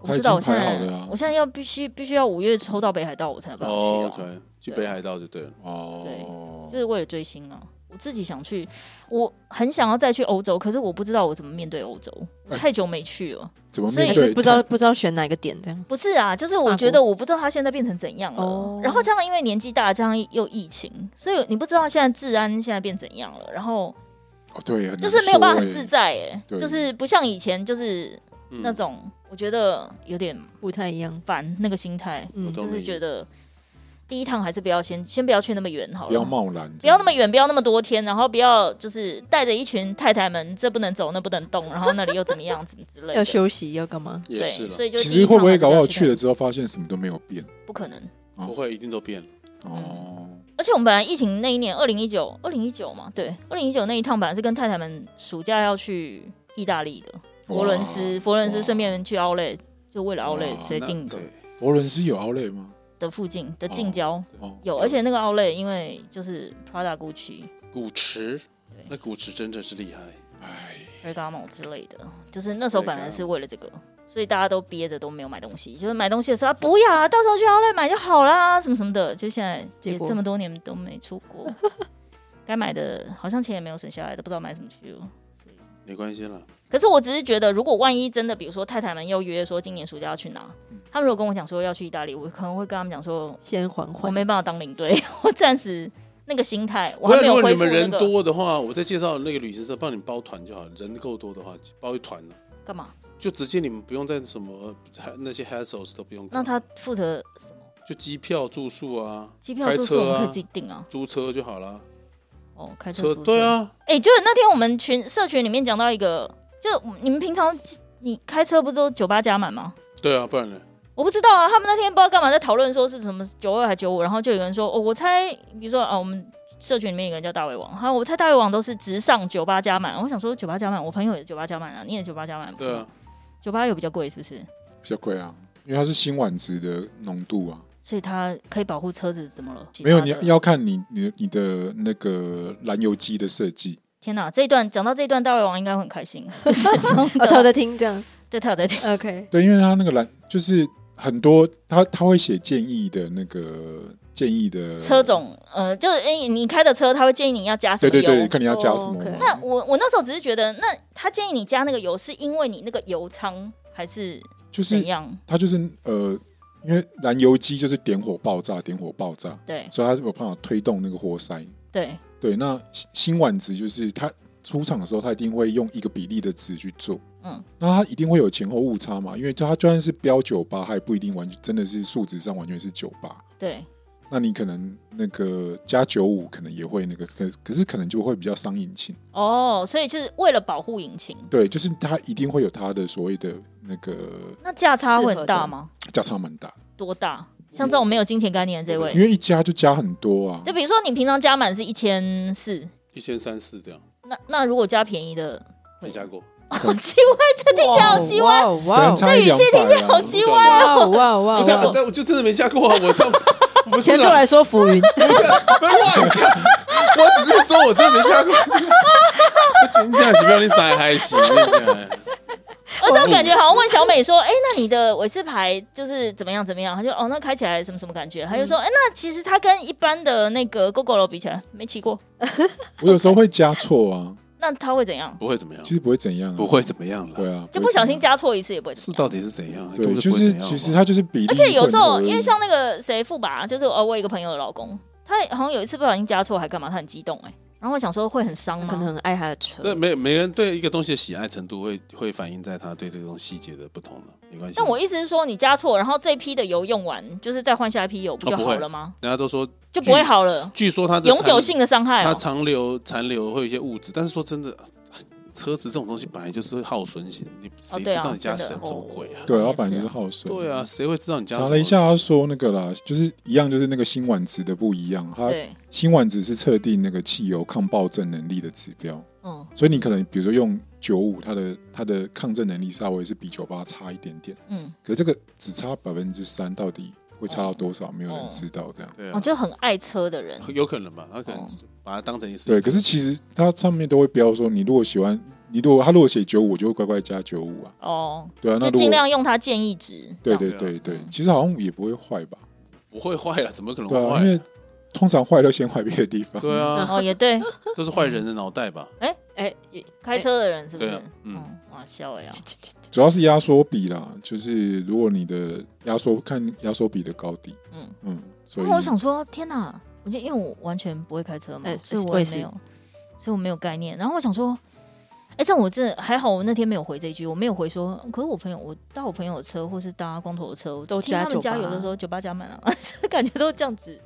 Speaker 3: 我不知道，我现
Speaker 1: 他已
Speaker 3: 在
Speaker 1: 经排好了啊
Speaker 3: 我现在要必须必须要五月抽到北海道，我才有办法去啊。
Speaker 4: 哦，OK，去北海道就对了。
Speaker 1: 哦，
Speaker 3: 就是为了追星啊，我自己想去，我很想要再去欧洲，可是我不知道我怎么面对欧洲，我
Speaker 1: 哎
Speaker 3: 太久没去了。
Speaker 1: 怎么
Speaker 3: 所以
Speaker 1: 面
Speaker 2: 也
Speaker 3: 你
Speaker 1: 对？
Speaker 2: 是不知道不知道选哪个点这样。
Speaker 3: 不是啊，就是
Speaker 2: 法
Speaker 3: 我
Speaker 2: 国
Speaker 3: 觉得我不知道他现在变成怎样了。
Speaker 2: 哦
Speaker 3: 然后加上因为年纪大，加上又疫情，所以你不知道现在治安现在变怎样了。然后
Speaker 1: 哦，对，很难
Speaker 3: 就是没有办法
Speaker 1: 说
Speaker 3: 很
Speaker 1: 耶
Speaker 3: 自在、欸，
Speaker 1: 对
Speaker 3: 就是不像以前，就是
Speaker 4: 嗯
Speaker 3: 那种、我觉得有点
Speaker 2: 不太一样。
Speaker 3: 烦那个心态。
Speaker 4: 我
Speaker 2: 嗯，
Speaker 4: 懂
Speaker 3: 就是
Speaker 4: 你
Speaker 3: 觉得第一趟还是不要先先不要去那么远好了，
Speaker 1: 不要贸然，
Speaker 3: 啊不要那么远，不要那么多天，然后不要就是带着一群太太们，这不能走，那不能动，然后那里又怎么样，怎么之类的，
Speaker 2: 要休息要干嘛？
Speaker 4: 也
Speaker 3: 对，
Speaker 4: 是了
Speaker 3: 所，以就
Speaker 1: 其
Speaker 3: 第一
Speaker 1: 实
Speaker 3: 趟
Speaker 1: 会不
Speaker 3: 还
Speaker 1: 会
Speaker 3: 是
Speaker 1: 搞不
Speaker 3: 要
Speaker 1: 好
Speaker 3: 去
Speaker 1: 去
Speaker 3: 那
Speaker 1: 了之后发现什么都没有变？
Speaker 3: 不可能？
Speaker 4: 不会一定都变了。
Speaker 1: 哦，
Speaker 3: 而且我们本来疫情那一年，二零一九，二零一九嘛，对，二零一九那一趟本来是跟太太们暑假要去意大利的佛伦斯，
Speaker 1: 哇
Speaker 3: 佛伦斯
Speaker 1: 哇
Speaker 3: 顺便去奥莱，就为了奥莱
Speaker 1: 哇
Speaker 3: 直接
Speaker 4: 那
Speaker 3: 订
Speaker 4: 对
Speaker 1: 佛伦斯有奥莱吗？
Speaker 3: 的附近的
Speaker 1: 哦
Speaker 3: 近郊。
Speaker 1: 哦，
Speaker 3: 有，而且那个奥莱因为就是 Prada、Gucci、
Speaker 4: 古驰
Speaker 3: 对，
Speaker 4: 那古驰真的是厉害。
Speaker 1: 哎，
Speaker 3: Ferragamo 之类的，就是那时候本来是为了这个，所以大家都憋着都没有买东西。就是买东西的时候，啊、不要啊，到时候去奥莱买就好啦，什么什么的。就现在
Speaker 2: 结
Speaker 3: 也
Speaker 2: 果
Speaker 3: 这么多年都没出国， [laughs] 该买的好像钱也没有省下来的，不知道买什么去了。
Speaker 4: 没关系啦，
Speaker 3: 可是我只是觉得，如果万一真的，比如说太太们又约说今年暑假要去哪，
Speaker 4: 嗯
Speaker 3: 他们如果跟我讲说要去意大利，我可能会跟他们讲说，
Speaker 2: 先缓
Speaker 3: 我
Speaker 2: 缓。
Speaker 3: 没办法当领队， [laughs] 我暂时那个心态我还
Speaker 4: 不然
Speaker 3: 没
Speaker 4: 如
Speaker 3: 有
Speaker 4: 果
Speaker 3: 恢
Speaker 4: 你
Speaker 3: 复
Speaker 4: 们
Speaker 3: 那
Speaker 4: 人
Speaker 3: 个
Speaker 4: 多的话，我再介绍那个旅行社帮你们包团就好，人够多的话包一团了，
Speaker 3: 干嘛？
Speaker 4: 就直接你们不用再什么呃那些 hassles 都不用搞。
Speaker 3: 那他负责
Speaker 4: 就机票、住宿啊，
Speaker 3: 机票
Speaker 4: 开
Speaker 3: 住宿
Speaker 4: 车
Speaker 3: 我们可以
Speaker 4: 啊
Speaker 3: 自己订啊，
Speaker 4: 租车就好啦。
Speaker 3: 哦，开车
Speaker 4: 车
Speaker 3: 租车
Speaker 4: 对啊，
Speaker 3: 哎、就是那天我们群社群里面讲到一个，就你们平常你开车不是都酒吧加满吗？
Speaker 4: 对啊，不然呢？
Speaker 3: 我不知道啊，他们那天不知道干嘛在讨论说是什么九二还九五，然后就有人说哦，我猜，比如说啊，我们社群里面有个人叫大胃王，他我猜大胃王都是直上酒吧加满。我想说酒吧加满，我朋友也酒吧加满啊，你也酒吧加满，不是
Speaker 4: 对
Speaker 3: 吗
Speaker 4: 啊，
Speaker 3: 酒吧有比较贵是不是？
Speaker 1: 比较贵啊，因为它是辛烷值的浓度啊。
Speaker 3: 所以它可以保护车子，怎么了？其
Speaker 1: 没有，
Speaker 3: 他
Speaker 1: 你
Speaker 3: 的
Speaker 1: 要要看你你你的那个燃油机的设计。
Speaker 3: 天哪，这一段讲到这一段，大胃王应该会很开心。 [laughs]
Speaker 2: 哦，他有在听这样。
Speaker 3: 对，他有在听。
Speaker 2: OK，
Speaker 1: 对，因为它那个燃就是很多，它它会写建议的那个建议的
Speaker 3: 车。种，呃，就是哎、你开的车，他会建议你要加什
Speaker 1: 对
Speaker 3: 么油？
Speaker 1: 对对，看你要加什么
Speaker 2: 哦。，OK
Speaker 3: 那我我那时候只是觉得，那他建议你加那个油，是因为你那个油仓还是
Speaker 1: 就是
Speaker 3: 怎样？
Speaker 1: 它就是呃，因为燃油机就是点火爆炸，点火爆炸，
Speaker 3: 对
Speaker 1: 所以它是有办法推动那个活塞。
Speaker 3: 对，
Speaker 1: 对，那辛辛烷值就是它出厂的时候，它一定会用一个比例的值去做。
Speaker 3: 嗯，
Speaker 1: 那它一定会有前后误差嘛，因为它就算是标九八，它也不一定完全真的是数值上完全是九八。
Speaker 3: 对，
Speaker 1: 那你可能那个加九五，可能也会那个，可可是可能就会比较伤引擎。
Speaker 3: 哦，所以是为了保护引擎，
Speaker 1: 对，就是它一定会有它的所谓的那个
Speaker 3: 那价差会很大吗？
Speaker 1: 价差蛮大，
Speaker 3: 多大？像这种没有金钱概念的这
Speaker 1: 因
Speaker 3: 位，
Speaker 1: 为一加就加很多啊
Speaker 3: 就。比如说你平常加满是一千四，
Speaker 4: 一千三四这样，
Speaker 3: 那那如果加便宜的，
Speaker 4: 没加过。
Speaker 3: [laughs] 好奇怪，这听起来好奇怪，
Speaker 1: 可能
Speaker 2: 哇
Speaker 1: 差一两百
Speaker 3: 好
Speaker 1: 啊。
Speaker 3: 奇怪哦。
Speaker 2: 哇哇哇
Speaker 4: 不是、啊，但我就真的没加过啊，我这样不是
Speaker 2: 前座
Speaker 4: 啊，
Speaker 2: 来说浮 [laughs] 云，
Speaker 4: 不是啊不是乱讲，我只是说我真的没加过。 [laughs] 真的是不要你傻还行，
Speaker 3: 我哦这种感觉好像问小美说：“哎、那你的韦氏牌就是怎么样怎么样？”她就哦，那开起来什么什么感觉？她就
Speaker 4: 嗯
Speaker 3: 说：“哎、那其实它跟一般的那个 g o g o 楼比起来，没骑过，
Speaker 1: 我有时候会加错啊，
Speaker 3: 那它会怎样？
Speaker 4: 不会怎么样
Speaker 1: 其，实不会怎样、啊，
Speaker 4: 不，会怎么样了。
Speaker 1: 对啊，
Speaker 3: 就不小心
Speaker 1: 加。
Speaker 3: 加错一次也不会怎
Speaker 4: 是
Speaker 3: 么样。
Speaker 4: 到底是怎样？根
Speaker 1: 对，
Speaker 4: 本
Speaker 1: 就
Speaker 4: 不会
Speaker 1: 是
Speaker 4: 怎样
Speaker 1: 其实
Speaker 4: 好
Speaker 1: 它就是比例
Speaker 3: 而
Speaker 1: 混合而已，
Speaker 3: 且有时候，因为像那个谁富爸，
Speaker 4: 嗯
Speaker 3: 就是哦，我有一个朋友的老公，他好像有一次不小心加错，还干嘛？他很激动哎、然后我想说会很伤吗？
Speaker 2: 可能很爱他的
Speaker 4: 不好对
Speaker 2: 车。
Speaker 4: 每每个人对一个东西的喜爱程度会会反映在他对这种细节的不同了，没关系。
Speaker 3: 嗯但我意思是说，你加错，然后这一批的油用完，就是再换下一批油，不
Speaker 4: 哦
Speaker 3: 就
Speaker 4: 不
Speaker 3: 好
Speaker 4: 会
Speaker 3: 了吗？
Speaker 4: 人家都说，
Speaker 3: 就不会好了，
Speaker 4: 据说它的
Speaker 3: 永久
Speaker 4: 残
Speaker 3: 性的伤害、
Speaker 4: 它
Speaker 3: 哦。
Speaker 4: 残留残留会有一些物质，但是说真的，车子这种东西本来就是耗损型，你谁知
Speaker 3: 对啊
Speaker 4: 道你加
Speaker 3: 真
Speaker 4: 什
Speaker 3: 的
Speaker 4: 么什么鬼啊？
Speaker 1: 对，
Speaker 3: 也
Speaker 1: 老板就是是
Speaker 3: 啊
Speaker 1: 好水，
Speaker 4: 对啊，。谁会知道你加什
Speaker 1: 查
Speaker 4: 么？
Speaker 1: 了一下，他说那个啦，就是一样，就是那个辛烷值的不一样。它
Speaker 3: 对，
Speaker 1: 辛烷值是测定那个汽油抗爆震能力的指标，
Speaker 3: 嗯，
Speaker 1: 所以你可能比如说用九五，它的它的抗震能力稍微是比九八差一点点，
Speaker 3: 嗯，
Speaker 1: 可是这个只差百分之三，到底会差到多少，没有人知道这样。
Speaker 4: 对
Speaker 3: 哦，
Speaker 4: 啊，
Speaker 3: 就很爱车的人，
Speaker 4: 有可能吧，他可能
Speaker 3: 哦
Speaker 4: 把它当成一次。
Speaker 1: 对，可是其实它上面都会标说，你如果喜欢，你如果他如果写九五，我就会乖乖加九五啊。
Speaker 3: 哦，
Speaker 1: 对啊，那
Speaker 3: 就
Speaker 1: 如
Speaker 3: 尽
Speaker 1: 果
Speaker 3: 量用它建议值。
Speaker 1: 对
Speaker 3: 这样啊
Speaker 1: 对
Speaker 4: 对
Speaker 1: 对对，其实好像也不会坏吧？
Speaker 4: 不会坏了，怎么可能
Speaker 1: 对
Speaker 4: 会
Speaker 1: 啊，
Speaker 4: 坏
Speaker 1: 因？为通常坏都先坏别的地方。
Speaker 4: 对啊，
Speaker 3: 哦，也
Speaker 2: [laughs]
Speaker 3: 对，
Speaker 4: 都是坏人的脑袋吧？
Speaker 2: 哎，也
Speaker 3: 开车的人是不
Speaker 4: 对
Speaker 3: 是
Speaker 4: 啊？嗯，
Speaker 3: 哇，笑呀，
Speaker 1: 主要是压缩比啦，就是如果你的压缩看压缩比的高低，
Speaker 3: 嗯
Speaker 1: 嗯，所
Speaker 3: 因
Speaker 1: 以
Speaker 3: 为我想说，天哪，我就因为我完全不会开车嘛，
Speaker 2: 哎
Speaker 3: 所以
Speaker 2: 我
Speaker 3: 我
Speaker 2: 也
Speaker 3: 也
Speaker 2: 是
Speaker 3: 没有，所以我没有概念。然后我想说，哎，这样我真的还好，我那天没有回这一句，我没有回说，可是我朋友，我搭我朋友的车或是搭光头的车，我
Speaker 2: 都
Speaker 3: 听他
Speaker 2: 加
Speaker 3: 们
Speaker 2: 酒
Speaker 3: 加
Speaker 2: 吧啊
Speaker 3: 油的时候，酒吧加满了， [laughs] 感觉都这样子。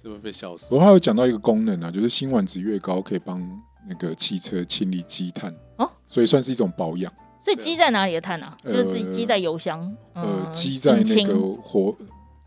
Speaker 4: 是不是被笑死？
Speaker 1: 我还有讲到一个功能啊，就是辛烷值越高，可以帮那个汽车清理积碳
Speaker 3: 哦，
Speaker 1: 所以算是一种保养。
Speaker 3: 所以
Speaker 4: 对啊
Speaker 3: 积在哪里的碳啊？就是自己积在油箱，
Speaker 1: 呃，
Speaker 3: 嗯，
Speaker 1: 积在
Speaker 3: 引
Speaker 1: 那
Speaker 3: 擎
Speaker 1: 个火，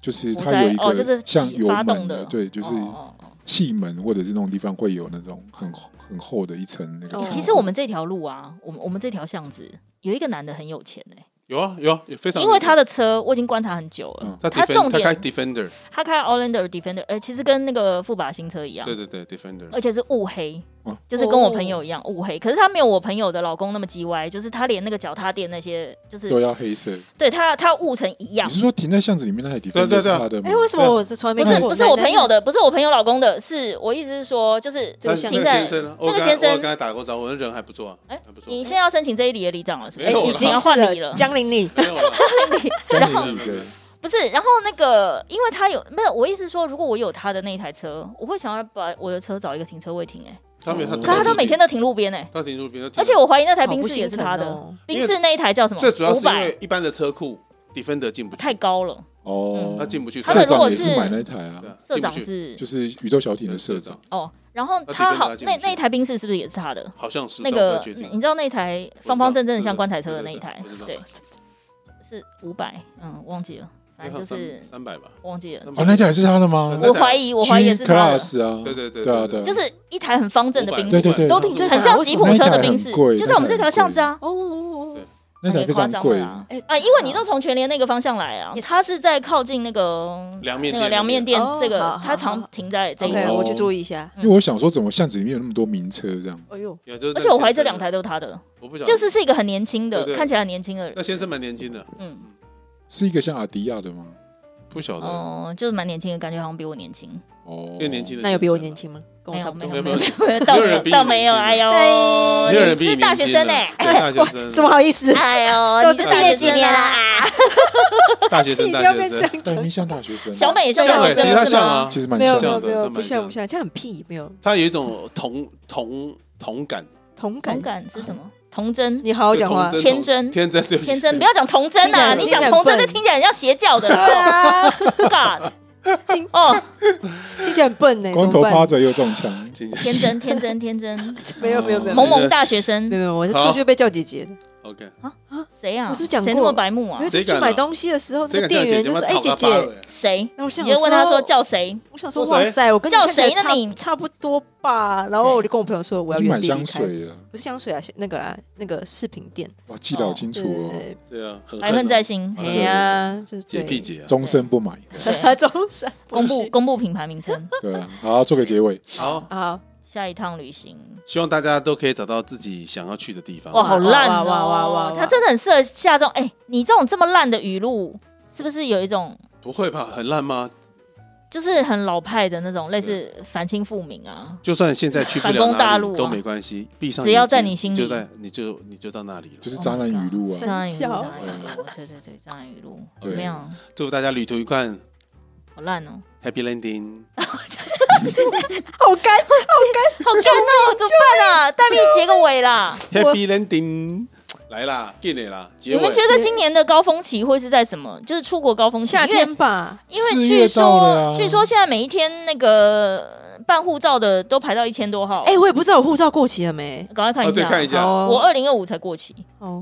Speaker 1: 就是
Speaker 3: 活
Speaker 1: 它有
Speaker 3: 塞
Speaker 1: 一
Speaker 3: 哦就是
Speaker 1: 个像油
Speaker 3: 发
Speaker 1: 门啊
Speaker 3: 动的
Speaker 1: 对，就是
Speaker 3: 哦哦哦
Speaker 1: 气门或者是那种地方会有那种很厚很厚的一层那个
Speaker 2: 哦
Speaker 1: 气
Speaker 3: 欸
Speaker 1: 门。
Speaker 3: 其实我们这条路啊，我们我们这条巷子有一个男的很有钱哎、
Speaker 4: 有啊有啊，也非常。
Speaker 3: 因为他的车我已经观察很久了，
Speaker 1: 嗯
Speaker 4: 他
Speaker 3: 他
Speaker 4: defend-
Speaker 3: 重点
Speaker 4: 他开 defender，
Speaker 3: 他开 Allender Defender，呃，其实跟那个富把新车一样呃
Speaker 4: 对，对嗯对 defender，
Speaker 3: 而且是雾黑
Speaker 1: 哦，
Speaker 3: 就是跟我朋友一样雾黑。可是他没有我朋友的老公那么叽歪，就是他连那个脚踏垫那些，就是
Speaker 1: 都要黑色。
Speaker 3: 对他他雾成一样
Speaker 1: 你。是说停在巷子里面那台地
Speaker 4: 对
Speaker 1: 方
Speaker 4: 对
Speaker 1: 是
Speaker 4: 对
Speaker 1: 它的吗？
Speaker 2: 哎，为什么我是从来没
Speaker 3: 不
Speaker 2: 看
Speaker 3: 是
Speaker 2: 过？
Speaker 3: 不是我朋友
Speaker 2: 的，
Speaker 3: 的，不是我朋友老公的，是我意思是说，就是
Speaker 4: 他
Speaker 2: 这个
Speaker 4: 那
Speaker 3: 停
Speaker 4: 个
Speaker 3: 在
Speaker 4: 先生啊，我
Speaker 3: 那个
Speaker 4: 跟他
Speaker 3: 先生
Speaker 4: 我跟他打过招呼，那人还不错啊，
Speaker 3: 哎
Speaker 4: 还不错。
Speaker 3: 你现在要申请这一里的里长了，
Speaker 2: 哎
Speaker 3: 是不
Speaker 4: 没
Speaker 3: 是？
Speaker 4: 有啦
Speaker 3: 已经要换你了，
Speaker 2: 江玲丽
Speaker 4: 没有啊了，
Speaker 1: 家
Speaker 3: 然后
Speaker 1: 里的
Speaker 3: 不是，然后那个，因为他有没有？我意思说，如果我有他的那一台车，我会想要把我的车找一个停车位停、欸。哎，
Speaker 4: 他没有他，
Speaker 3: 可他都每天都停路边哎、欸
Speaker 4: 他停路边，他停
Speaker 3: 而且我怀疑那台宾
Speaker 2: 好不
Speaker 3: 士也是
Speaker 2: 心疼
Speaker 3: 他的，
Speaker 2: 哦
Speaker 3: 宾士那一台叫什么？
Speaker 4: 最主要是因
Speaker 3: 500
Speaker 4: 为一般的车库 defender 进不去，
Speaker 3: 太高了。
Speaker 1: 哦
Speaker 3: 嗯，
Speaker 4: 他进不去，
Speaker 3: 他们
Speaker 1: 社
Speaker 3: 如果
Speaker 1: 长
Speaker 4: 社
Speaker 1: 也
Speaker 3: 是
Speaker 1: 是买那台
Speaker 4: 对
Speaker 1: 啊
Speaker 4: 啊，
Speaker 3: 社
Speaker 4: 进不
Speaker 3: 长
Speaker 4: 去
Speaker 3: 是
Speaker 1: 就是宇宙小艇的社长。
Speaker 3: 哦，然后
Speaker 4: 那
Speaker 3: 他
Speaker 4: Defender
Speaker 3: 好
Speaker 4: 进不
Speaker 3: 那
Speaker 4: 去
Speaker 3: 那一台宾士是不是也是他的？
Speaker 4: 好像是
Speaker 3: 那
Speaker 4: 但我
Speaker 3: 个
Speaker 4: 不太确定
Speaker 3: 你知道那台方方正正的像棺材车的那一台
Speaker 4: 我知，道
Speaker 3: 对，是五百，嗯，忘记了，反正就是
Speaker 4: 三百吧，
Speaker 3: 忘记了。
Speaker 1: 哦，那台也是他的吗？
Speaker 4: 那
Speaker 3: 我怀疑，我怀疑也
Speaker 1: G
Speaker 3: 是他的，
Speaker 1: Class 啊，
Speaker 4: 对对对
Speaker 1: 对啊对
Speaker 4: 对
Speaker 1: 啊，
Speaker 3: 就是一台很方正的宾
Speaker 1: 对
Speaker 3: 士，
Speaker 1: 对
Speaker 4: 啊
Speaker 1: 对
Speaker 2: 都挺正
Speaker 3: 很像吉普车的宾士，
Speaker 1: 那台很贵
Speaker 3: 就在我们这条巷子啊。
Speaker 2: 哦哦，哦
Speaker 1: 那台非常贵
Speaker 3: 那也夸张了啊，
Speaker 2: 哎
Speaker 3: 啊，因为你都从全联那个方向来啊，
Speaker 2: Yes
Speaker 3: 他是在靠近那个
Speaker 4: 凉面
Speaker 3: 那
Speaker 4: 店
Speaker 3: 个凉面店
Speaker 2: 哦
Speaker 3: 这
Speaker 2: 好好
Speaker 3: 个，
Speaker 2: 好
Speaker 3: 他常停在这一
Speaker 2: ，OK，
Speaker 3: 条
Speaker 1: 哦。
Speaker 2: 我去注意一下。
Speaker 1: 因为我想说，怎么巷子里面有那么多名车这样？
Speaker 2: 哎呦，
Speaker 4: 对就是那
Speaker 3: 而且我怀疑这
Speaker 4: 先生
Speaker 3: 两台，都是他的，
Speaker 4: 我不想
Speaker 3: 就是是一个很年轻的
Speaker 4: 对，对
Speaker 3: 看起来很年轻的人
Speaker 4: 那，先生蛮年轻的，
Speaker 3: 嗯。
Speaker 1: 是一个像阿迪亚的吗？
Speaker 4: 不晓得，
Speaker 3: 哦、就是蛮年轻的，感觉好像比我年
Speaker 4: [laughs]
Speaker 3: 轻。
Speaker 1: 哦，
Speaker 4: 越年轻的
Speaker 2: 那有比我
Speaker 4: 先生啊
Speaker 2: 年，轻吗？跟
Speaker 3: 没
Speaker 2: 我差
Speaker 3: 有
Speaker 2: 不
Speaker 3: 没
Speaker 2: 多
Speaker 3: 有。
Speaker 4: 没
Speaker 3: 没
Speaker 4: 有
Speaker 3: 有没有，倒
Speaker 4: 没有
Speaker 3: 没
Speaker 4: 人
Speaker 3: 有倒没有，
Speaker 4: 比你年
Speaker 3: 哎呦，
Speaker 4: 轻没有人比
Speaker 3: 你
Speaker 4: 你
Speaker 3: 是大学
Speaker 2: [laughs]
Speaker 3: 生哎、
Speaker 4: 年轻啊对大学生，
Speaker 2: 怎么好意 [laughs] 思？
Speaker 3: 哎呦，
Speaker 2: 都
Speaker 3: 你是
Speaker 4: 大
Speaker 3: 大
Speaker 4: 学
Speaker 3: 学
Speaker 4: 生
Speaker 3: 生
Speaker 2: 了啊
Speaker 3: 啦！
Speaker 4: 大学生
Speaker 2: 你不
Speaker 4: 大
Speaker 2: 要
Speaker 4: 学
Speaker 2: 变
Speaker 4: 生
Speaker 2: 这，样
Speaker 1: 但
Speaker 2: 讲。
Speaker 1: 你像大学生，
Speaker 3: 小美也是
Speaker 4: 像
Speaker 3: 大
Speaker 4: 哎，
Speaker 3: 学
Speaker 4: 其实
Speaker 3: 生
Speaker 4: 他
Speaker 3: 了是
Speaker 4: 像
Speaker 3: 吗
Speaker 4: 啊？
Speaker 1: 其实蛮
Speaker 2: 没有
Speaker 1: 像
Speaker 2: 没有
Speaker 1: 的。
Speaker 2: 没有，不
Speaker 4: 像
Speaker 2: 像
Speaker 4: 的
Speaker 2: 不像，这样很屁，没有
Speaker 4: 他有一种同同同感，
Speaker 2: 同感
Speaker 3: 同。感是什么？童真、
Speaker 2: 你好好讲话，
Speaker 4: 对
Speaker 3: 天真
Speaker 4: 天真，对不起
Speaker 3: 天真，不要讲童真啊！
Speaker 2: 听
Speaker 3: 你
Speaker 2: 起来
Speaker 3: 讲童真，
Speaker 2: 听起来
Speaker 3: 那听起来很
Speaker 2: 很笨
Speaker 3: 像邪教的啦。
Speaker 2: 啊，
Speaker 3: [laughs] God，
Speaker 2: 听
Speaker 3: 哦，
Speaker 2: 听起来很笨呢。
Speaker 1: 光头
Speaker 2: 怎么
Speaker 1: 趴
Speaker 2: 办
Speaker 1: 着又中枪，
Speaker 4: 天
Speaker 3: 天真，天真，天真，
Speaker 2: [laughs] 没有没有没有
Speaker 3: 萌萌大学生
Speaker 2: 没有没有，我是出去被叫姐姐的。
Speaker 4: OK，
Speaker 3: 谁呀、啊？
Speaker 2: 我是讲过
Speaker 3: 谁那么白目啊
Speaker 2: 因为？
Speaker 4: 谁
Speaker 2: 去
Speaker 4: 敢
Speaker 2: 买
Speaker 4: 了
Speaker 2: 东西的时候，
Speaker 4: 谁
Speaker 2: 那个
Speaker 4: 敢
Speaker 2: 店员
Speaker 4: 叫姐姐
Speaker 2: 就
Speaker 4: 妈
Speaker 2: 说：“哎，
Speaker 4: 讨
Speaker 2: 姐
Speaker 4: 个
Speaker 2: 姐
Speaker 4: 爸。了？”
Speaker 3: 谁？
Speaker 2: 然后我想
Speaker 3: 你就问他说
Speaker 2: 说
Speaker 3: 叫谁？
Speaker 2: 我想说，
Speaker 4: 说谁
Speaker 2: 哇塞，我跟你
Speaker 3: 叫
Speaker 2: 看起来
Speaker 3: 谁呢
Speaker 2: 差
Speaker 3: 你
Speaker 2: 差不多吧。然后我就跟我朋友说，我要
Speaker 1: 去
Speaker 2: 原
Speaker 1: 买
Speaker 2: 地离
Speaker 1: 香
Speaker 2: 开。
Speaker 1: 水了，
Speaker 2: 不是香水啊，那个啦，那个饰品店。
Speaker 1: 哇，记得好清楚哦，
Speaker 2: 对
Speaker 4: 对啊，很
Speaker 3: 来恨在心，
Speaker 2: 哎
Speaker 4: 对
Speaker 2: 呀，就是
Speaker 4: 洁
Speaker 2: 对，
Speaker 4: 癖姐啊。
Speaker 1: 终身不买。
Speaker 3: 对
Speaker 2: [laughs] 中山
Speaker 3: 公
Speaker 2: 不
Speaker 3: 布
Speaker 2: 许
Speaker 3: 公布品牌名称。
Speaker 1: 对啊，好，做个结尾。
Speaker 4: 好，
Speaker 2: 好，
Speaker 3: 下一趟旅行，
Speaker 4: 希望大家都可以找到自己想要去的地方。
Speaker 3: 哇，好烂哦！
Speaker 2: 哇哇哇哇哇
Speaker 3: 他真的很适合下这种，哎、你这种这么烂的语录，是不是有一种
Speaker 4: 不会吧？很烂吗？
Speaker 3: 就是很老派的那种，类似反清复明啊？
Speaker 4: 就算现在去不
Speaker 3: 反攻
Speaker 4: 了
Speaker 3: 大
Speaker 4: 哪
Speaker 3: 陆啊
Speaker 4: 里都没关系，闭上
Speaker 3: 只要
Speaker 4: 眼睛
Speaker 3: 在你心里
Speaker 4: 就在你就你就到那里了。
Speaker 1: 就是渣男语录啊
Speaker 2: Oh my god，，
Speaker 3: 张雨露，
Speaker 2: 笑
Speaker 3: 张雨露，对对对，张雨露怎
Speaker 1: 对
Speaker 3: 么样？
Speaker 4: 祝大家旅途愉快
Speaker 3: 好烂哦，
Speaker 4: ，Happy Landing。
Speaker 2: 好干，
Speaker 3: 好干哦，怎么办啊？大蜜结个尾啦。[laughs]
Speaker 4: Happy Landing，来啦，给你啦，结
Speaker 3: 你
Speaker 4: 尾
Speaker 3: 们觉得今年的高峰期会是在什么？就是出国高峰期，
Speaker 2: 夏
Speaker 3: 因为
Speaker 2: 天吧，
Speaker 3: 因为
Speaker 1: 四
Speaker 3: 据
Speaker 1: 月到
Speaker 3: 说、
Speaker 1: 了啊
Speaker 3: 据说现在每一天那个办护照的都排到一千多号。
Speaker 2: 哎，我也不知道我护照过期了没。
Speaker 3: 赶快看
Speaker 4: 哦，
Speaker 3: 一
Speaker 4: 对，
Speaker 3: 下，
Speaker 4: 看一下，
Speaker 2: 好
Speaker 3: 我
Speaker 2: 哦，
Speaker 3: 二零二五才过期，
Speaker 2: 好，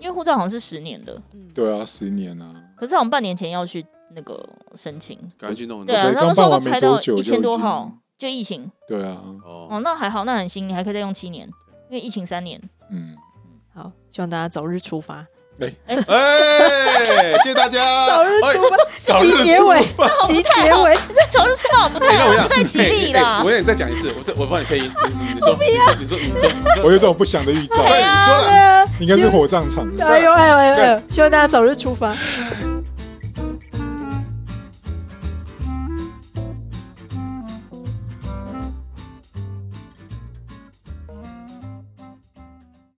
Speaker 3: 因为护照好像是十年的，
Speaker 1: 对啊，十年啊，
Speaker 3: 可是好像半年前要去那个申请。
Speaker 4: 赶快去弄一弄。
Speaker 3: 对啊，
Speaker 1: 我才
Speaker 3: 他
Speaker 1: 刚
Speaker 3: 们说
Speaker 1: 办
Speaker 3: 都
Speaker 1: 完没
Speaker 3: 排到
Speaker 1: 多久就已
Speaker 3: 一
Speaker 1: 经
Speaker 3: 千多号，就疫情
Speaker 1: 对啊，
Speaker 3: 哦，
Speaker 4: 哦，
Speaker 3: 那还好，那很新，你还可以再用七年，因为疫情三年。
Speaker 1: 嗯，
Speaker 2: 好，希望大家早日出发，
Speaker 4: 哎，谢谢大家，
Speaker 2: 早日
Speaker 4: 哎
Speaker 2: 出
Speaker 4: 早
Speaker 2: 发，
Speaker 4: 日
Speaker 2: 及结尾
Speaker 4: 出发，
Speaker 2: 及结 [laughs] 尾，
Speaker 3: [laughs] 这早就出道不
Speaker 4: 哎，
Speaker 3: 太
Speaker 4: 那我想
Speaker 3: 不太吉利
Speaker 4: 哎哎
Speaker 3: 啦
Speaker 4: 我。想你再讲一次，我再我帮你配音。你说，你说，你说，你说，你
Speaker 1: 我有
Speaker 4: 说
Speaker 1: 种不祥的预兆
Speaker 3: 对，
Speaker 4: 哎
Speaker 3: 啊
Speaker 4: 你说了。
Speaker 2: 啊
Speaker 1: 应该是火葬场。
Speaker 2: 哎哎呦哎呦哎呦！希望大家早日出发。